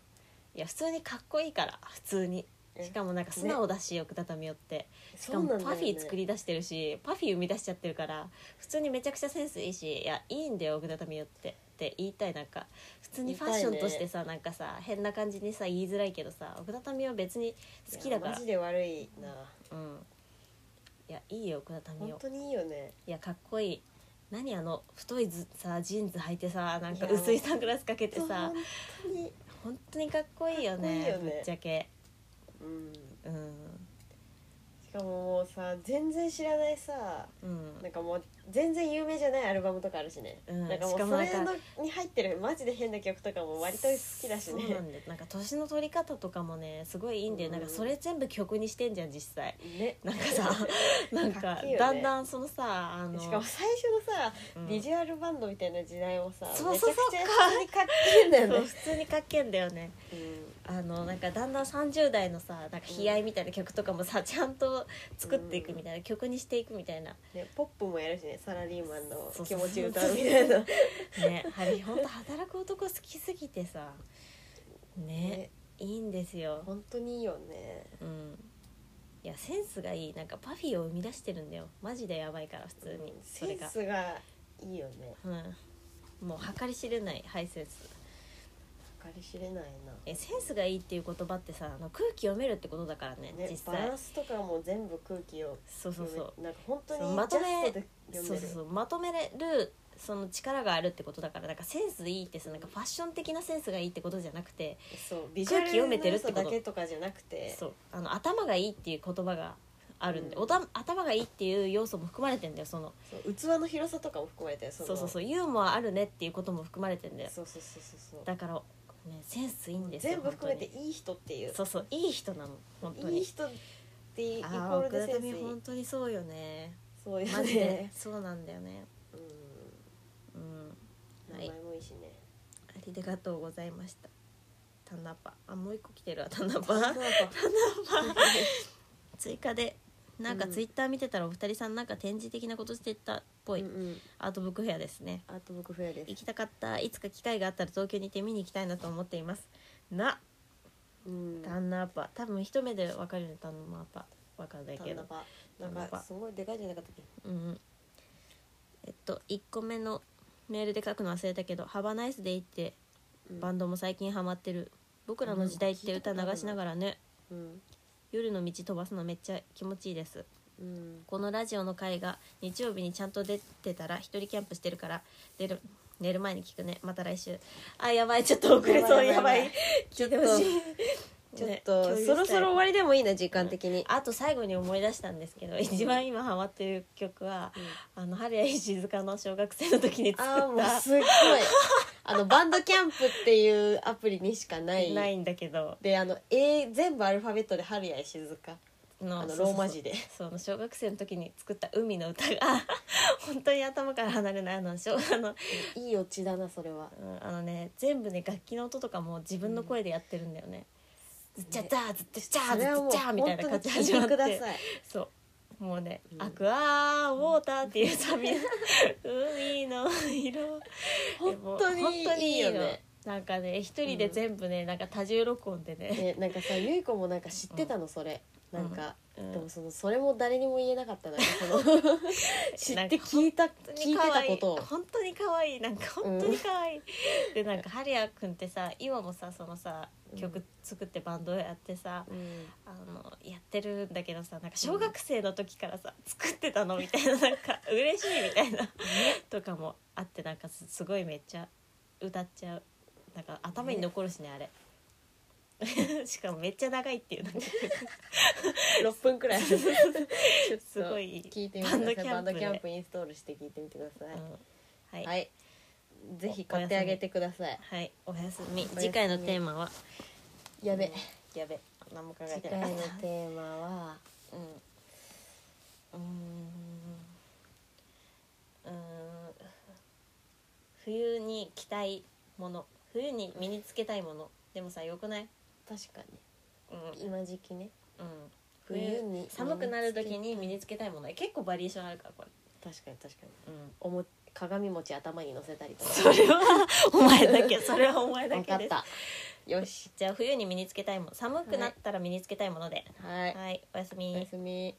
[SPEAKER 3] いや普通にかっこいいから普通に
[SPEAKER 4] え
[SPEAKER 3] しかもなんか素直だし、奥田民生ってし
[SPEAKER 4] そ
[SPEAKER 3] か
[SPEAKER 4] う
[SPEAKER 3] も
[SPEAKER 4] なんだよね
[SPEAKER 3] パフィー作り出してるし、パフィー生み出しちゃってるから普通にめちゃくちゃセンスいいしいやいいんだよ奥田民生ってって言いたいなんか普通にファッションとしてさ、なんかさ変な感じにさ言いづらいけどさ奥田民生は別に好き
[SPEAKER 4] いや
[SPEAKER 3] だから
[SPEAKER 4] マジで悪いな
[SPEAKER 3] うんいやいいよ奥田民
[SPEAKER 4] 本
[SPEAKER 3] 生
[SPEAKER 4] 当にいいよね
[SPEAKER 3] いやかっこいい何あの太いずさジーンズ履いてさなんか
[SPEAKER 4] いや
[SPEAKER 3] 薄いサングラスかけてさ
[SPEAKER 4] 本当に
[SPEAKER 3] 本当にかっこいいよね
[SPEAKER 4] かっこいいよね
[SPEAKER 3] ぶっちゃけ
[SPEAKER 4] うん
[SPEAKER 3] うん
[SPEAKER 4] しかももうさ全然知らないさ
[SPEAKER 3] うん
[SPEAKER 4] なんかもう
[SPEAKER 2] 全然有名じゃないアルバムとかあるしね、
[SPEAKER 3] うん
[SPEAKER 2] なんかもう
[SPEAKER 3] しかも
[SPEAKER 2] そ
[SPEAKER 3] なん
[SPEAKER 2] れ
[SPEAKER 3] か
[SPEAKER 2] のに入ってるマジで変な曲とかも割と好きだしね
[SPEAKER 3] そうなんだよなんか年の取り方とかもねすごいいいんだよ、
[SPEAKER 2] うん
[SPEAKER 3] なんかそれ全部曲にしてんじゃん実 際
[SPEAKER 2] ね
[SPEAKER 3] なんかさなん
[SPEAKER 2] かっ
[SPEAKER 3] か
[SPEAKER 2] けえよね
[SPEAKER 3] だんだんそのさあの
[SPEAKER 2] しかも最初のさ、
[SPEAKER 3] うん
[SPEAKER 2] ビジュアルバンドみたいな時代もさ
[SPEAKER 3] そうそうそう
[SPEAKER 2] めちゃくちゃ普通にかっけえんだ
[SPEAKER 3] そ
[SPEAKER 2] よ
[SPEAKER 3] う
[SPEAKER 2] ね
[SPEAKER 3] 普通にかっけえんだよねあのなんかだんだん30代のさなんか悲哀みたいな曲とかもさちゃんと作っていくみたいな、曲にしていくみたいな
[SPEAKER 2] ね、ポップもやるしねサラリーマンの
[SPEAKER 3] そうそう
[SPEAKER 2] 気持ち歌うみたいな
[SPEAKER 3] ねハリーほんと働く男好きすぎてさね
[SPEAKER 2] ね
[SPEAKER 3] いいんですよ、
[SPEAKER 2] 本当にいいよね
[SPEAKER 3] うん、いやセンスがいいなんかパフィーを生み出してるんだよマジでやばいから普通に、
[SPEAKER 2] うん
[SPEAKER 3] そ
[SPEAKER 2] セ
[SPEAKER 3] れ
[SPEAKER 2] ン
[SPEAKER 3] が、
[SPEAKER 2] スがいいよね
[SPEAKER 3] うん、もう計り知れないハイセンス
[SPEAKER 2] 計り知れないな
[SPEAKER 3] えセンスがいいっていう言葉ってさあの空気読めるってことだからね
[SPEAKER 2] ね
[SPEAKER 3] 実
[SPEAKER 2] バ
[SPEAKER 3] 際
[SPEAKER 2] ランスとかも全部空気を
[SPEAKER 3] そうそうそう
[SPEAKER 2] なんか本当に
[SPEAKER 3] そうまとめ
[SPEAKER 2] ジャストで
[SPEAKER 3] そ
[SPEAKER 2] 読め
[SPEAKER 3] うそう
[SPEAKER 2] る
[SPEAKER 3] そうまとめるその力があるってことだからなんかセンスいいってさなんかファッション的なセンスがいいってことじゃなくて
[SPEAKER 2] そうビジュアル
[SPEAKER 3] 空気読めてるってこと
[SPEAKER 2] の良さだけとかじゃなくて
[SPEAKER 3] そうあの頭がいいっていう言葉があるんで、
[SPEAKER 2] うん
[SPEAKER 3] おた頭がいいっていう要素も含まれてんだよその
[SPEAKER 2] そう器の広さとかも含まれて
[SPEAKER 3] そ
[SPEAKER 2] そう
[SPEAKER 3] そう
[SPEAKER 2] う
[SPEAKER 3] そうユーモアあるねっていうことも含まれてんだよ
[SPEAKER 2] そうそうそうそうそう
[SPEAKER 3] だから、ね、センスいいんですよ
[SPEAKER 2] 全部含めて
[SPEAKER 3] 本
[SPEAKER 2] いい人っていう
[SPEAKER 3] 当にそうそういい人なの本当に
[SPEAKER 2] いい人ってイコ
[SPEAKER 3] あ
[SPEAKER 2] ー
[SPEAKER 3] あ
[SPEAKER 2] ルで
[SPEAKER 3] 奥田
[SPEAKER 2] センスい
[SPEAKER 3] 民
[SPEAKER 2] い
[SPEAKER 3] 本当にそうよね
[SPEAKER 2] そうよ
[SPEAKER 3] マジで
[SPEAKER 2] ね
[SPEAKER 3] そうなんだよね
[SPEAKER 2] うん
[SPEAKER 3] うんは
[SPEAKER 2] 名
[SPEAKER 3] い
[SPEAKER 2] 前もいいしね
[SPEAKER 3] ありがとうございましたタナパあもう一個来てるわタナパ
[SPEAKER 2] なん か
[SPEAKER 3] 追加でなんか
[SPEAKER 2] うん
[SPEAKER 3] ツイッター見てたらお二人さんなんか展示的なことしてたっぽ
[SPEAKER 2] う
[SPEAKER 3] い、
[SPEAKER 2] んうん
[SPEAKER 3] アートブックフェアですね
[SPEAKER 2] アートブックフェアです
[SPEAKER 3] 行きたかったいつか機会があったら東京に行って見に行きたいなと思っていますな
[SPEAKER 2] うん
[SPEAKER 3] タンナーパ多分一目で分かるよねタンナーパ分かんない
[SPEAKER 2] タ
[SPEAKER 3] け
[SPEAKER 2] ンナ
[SPEAKER 3] ど
[SPEAKER 2] パ
[SPEAKER 3] タンナ
[SPEAKER 2] なん
[SPEAKER 3] パ
[SPEAKER 2] かすごいでかいじゃなかったっけ
[SPEAKER 3] うんえっと1個目のメールで書くの忘れたけど「ハバナイスでいって
[SPEAKER 2] うん
[SPEAKER 3] バンドも最近ハマってる僕らの時代って歌流しながらね
[SPEAKER 2] うん
[SPEAKER 3] 夜の道飛ばすのめっちゃ気持ちいいです
[SPEAKER 2] うん
[SPEAKER 3] このラジオの回が日曜日にちゃんと出てたら一人キャンプしてるから出る寝る前に聞くねまた来週あやばいちょっと遅れそうや
[SPEAKER 2] や
[SPEAKER 3] ば
[SPEAKER 2] ば
[SPEAKER 3] い
[SPEAKER 2] いやばい
[SPEAKER 3] 聞いてほしい
[SPEAKER 2] ちょっ
[SPEAKER 3] ね
[SPEAKER 2] と
[SPEAKER 3] 共有し
[SPEAKER 2] そ
[SPEAKER 3] たい
[SPEAKER 2] ろそろ終わりでもいいな時間的に
[SPEAKER 3] あと最後に思い出したんですけど一番今ハマってる曲は、あの春谷石塚の小学生の時に作
[SPEAKER 2] あーも
[SPEAKER 3] っ
[SPEAKER 2] う
[SPEAKER 3] た
[SPEAKER 2] す っごいあのバンドキャンプっていうアプリにしかない
[SPEAKER 3] ないんだけど
[SPEAKER 2] であの、A、全部アルファベットで「春や石塚」
[SPEAKER 3] の
[SPEAKER 2] あの
[SPEAKER 3] そうそうそう
[SPEAKER 2] ローマ字で
[SPEAKER 3] その小学生の時に作った「海の歌」が 本当に頭から離れないあの小 あの
[SPEAKER 2] いいオチだなそれは
[SPEAKER 3] うんあのね全部ね楽器の音とかも自分の声でやってるんだよね。ずっちゃだーずっとちゃー
[SPEAKER 2] そ
[SPEAKER 3] ず
[SPEAKER 2] れは
[SPEAKER 3] っ
[SPEAKER 2] も
[SPEAKER 3] と
[SPEAKER 2] う
[SPEAKER 3] ちゃーみた
[SPEAKER 2] 本
[SPEAKER 3] いな
[SPEAKER 2] 当に
[SPEAKER 3] 感じで
[SPEAKER 2] 聞い
[SPEAKER 3] 始ま
[SPEAKER 2] て
[SPEAKER 3] っ
[SPEAKER 2] くだ
[SPEAKER 3] て
[SPEAKER 2] さい
[SPEAKER 3] そうもうね「
[SPEAKER 2] ん
[SPEAKER 3] アクアーウォーター」っていうサビ「海の色」
[SPEAKER 2] 本当
[SPEAKER 3] でも本
[SPEAKER 2] に
[SPEAKER 3] 当に
[SPEAKER 2] いいよね
[SPEAKER 3] なんかね一人で全部ね、なんか多重録音でね、
[SPEAKER 2] えなんかさゆい子もなんか知ってたのそれなんか、
[SPEAKER 3] うん
[SPEAKER 2] でもそのそれも誰にも言えなかったなその 知って聞いた聞いてたことを
[SPEAKER 3] 本当に可愛いなんか本当に可愛い、でなんかハリア君ってさ今もさそのさ曲作ってバンドやってさ、
[SPEAKER 2] うん
[SPEAKER 3] あのやってるんだけどさなんか小学生の時からさ、作ってたのみたいななんか嬉しいみたいなとかもあってなんかすすごいめっちゃ歌っちゃうなんか頭に残るしねあれ しかもめっちゃ長いっていうなんか
[SPEAKER 2] 6分くらいす
[SPEAKER 3] すごい
[SPEAKER 2] 聞いてみてください
[SPEAKER 3] バ
[SPEAKER 2] バ
[SPEAKER 3] ン
[SPEAKER 2] ン
[SPEAKER 3] ド
[SPEAKER 2] ド
[SPEAKER 3] キャンプで
[SPEAKER 2] キャンプインストールして聞いてみてください、
[SPEAKER 3] うんはい、は
[SPEAKER 2] はいいぜひ買ってあげてください
[SPEAKER 3] おやすみ
[SPEAKER 2] おやすみ
[SPEAKER 3] 次回のテーマは
[SPEAKER 2] やべ
[SPEAKER 3] やべ何も考え
[SPEAKER 2] 次
[SPEAKER 3] て
[SPEAKER 2] 回
[SPEAKER 3] な
[SPEAKER 2] の
[SPEAKER 3] い
[SPEAKER 2] テーマは
[SPEAKER 3] うんうーんうーん冬に着たいもの冬に身につけたいものでもさよくない
[SPEAKER 2] 確か
[SPEAKER 3] うん、うん
[SPEAKER 2] に、今時期ね
[SPEAKER 3] 冬
[SPEAKER 2] 冬に
[SPEAKER 3] 寒くなる時に身につけたいもの結構バリエーションあるからこ
[SPEAKER 2] 確かに確かに
[SPEAKER 3] れ、うん、
[SPEAKER 2] おも鏡餅頭に乗せたりとか
[SPEAKER 3] それはお前だけそれはお前だ
[SPEAKER 2] 分
[SPEAKER 3] け
[SPEAKER 2] かっ
[SPEAKER 3] です
[SPEAKER 2] たよし
[SPEAKER 3] じゃあ冬に身につけたいもの寒くなったら身につけたいもので、
[SPEAKER 2] はい
[SPEAKER 3] はいおやすみ
[SPEAKER 2] おやすみ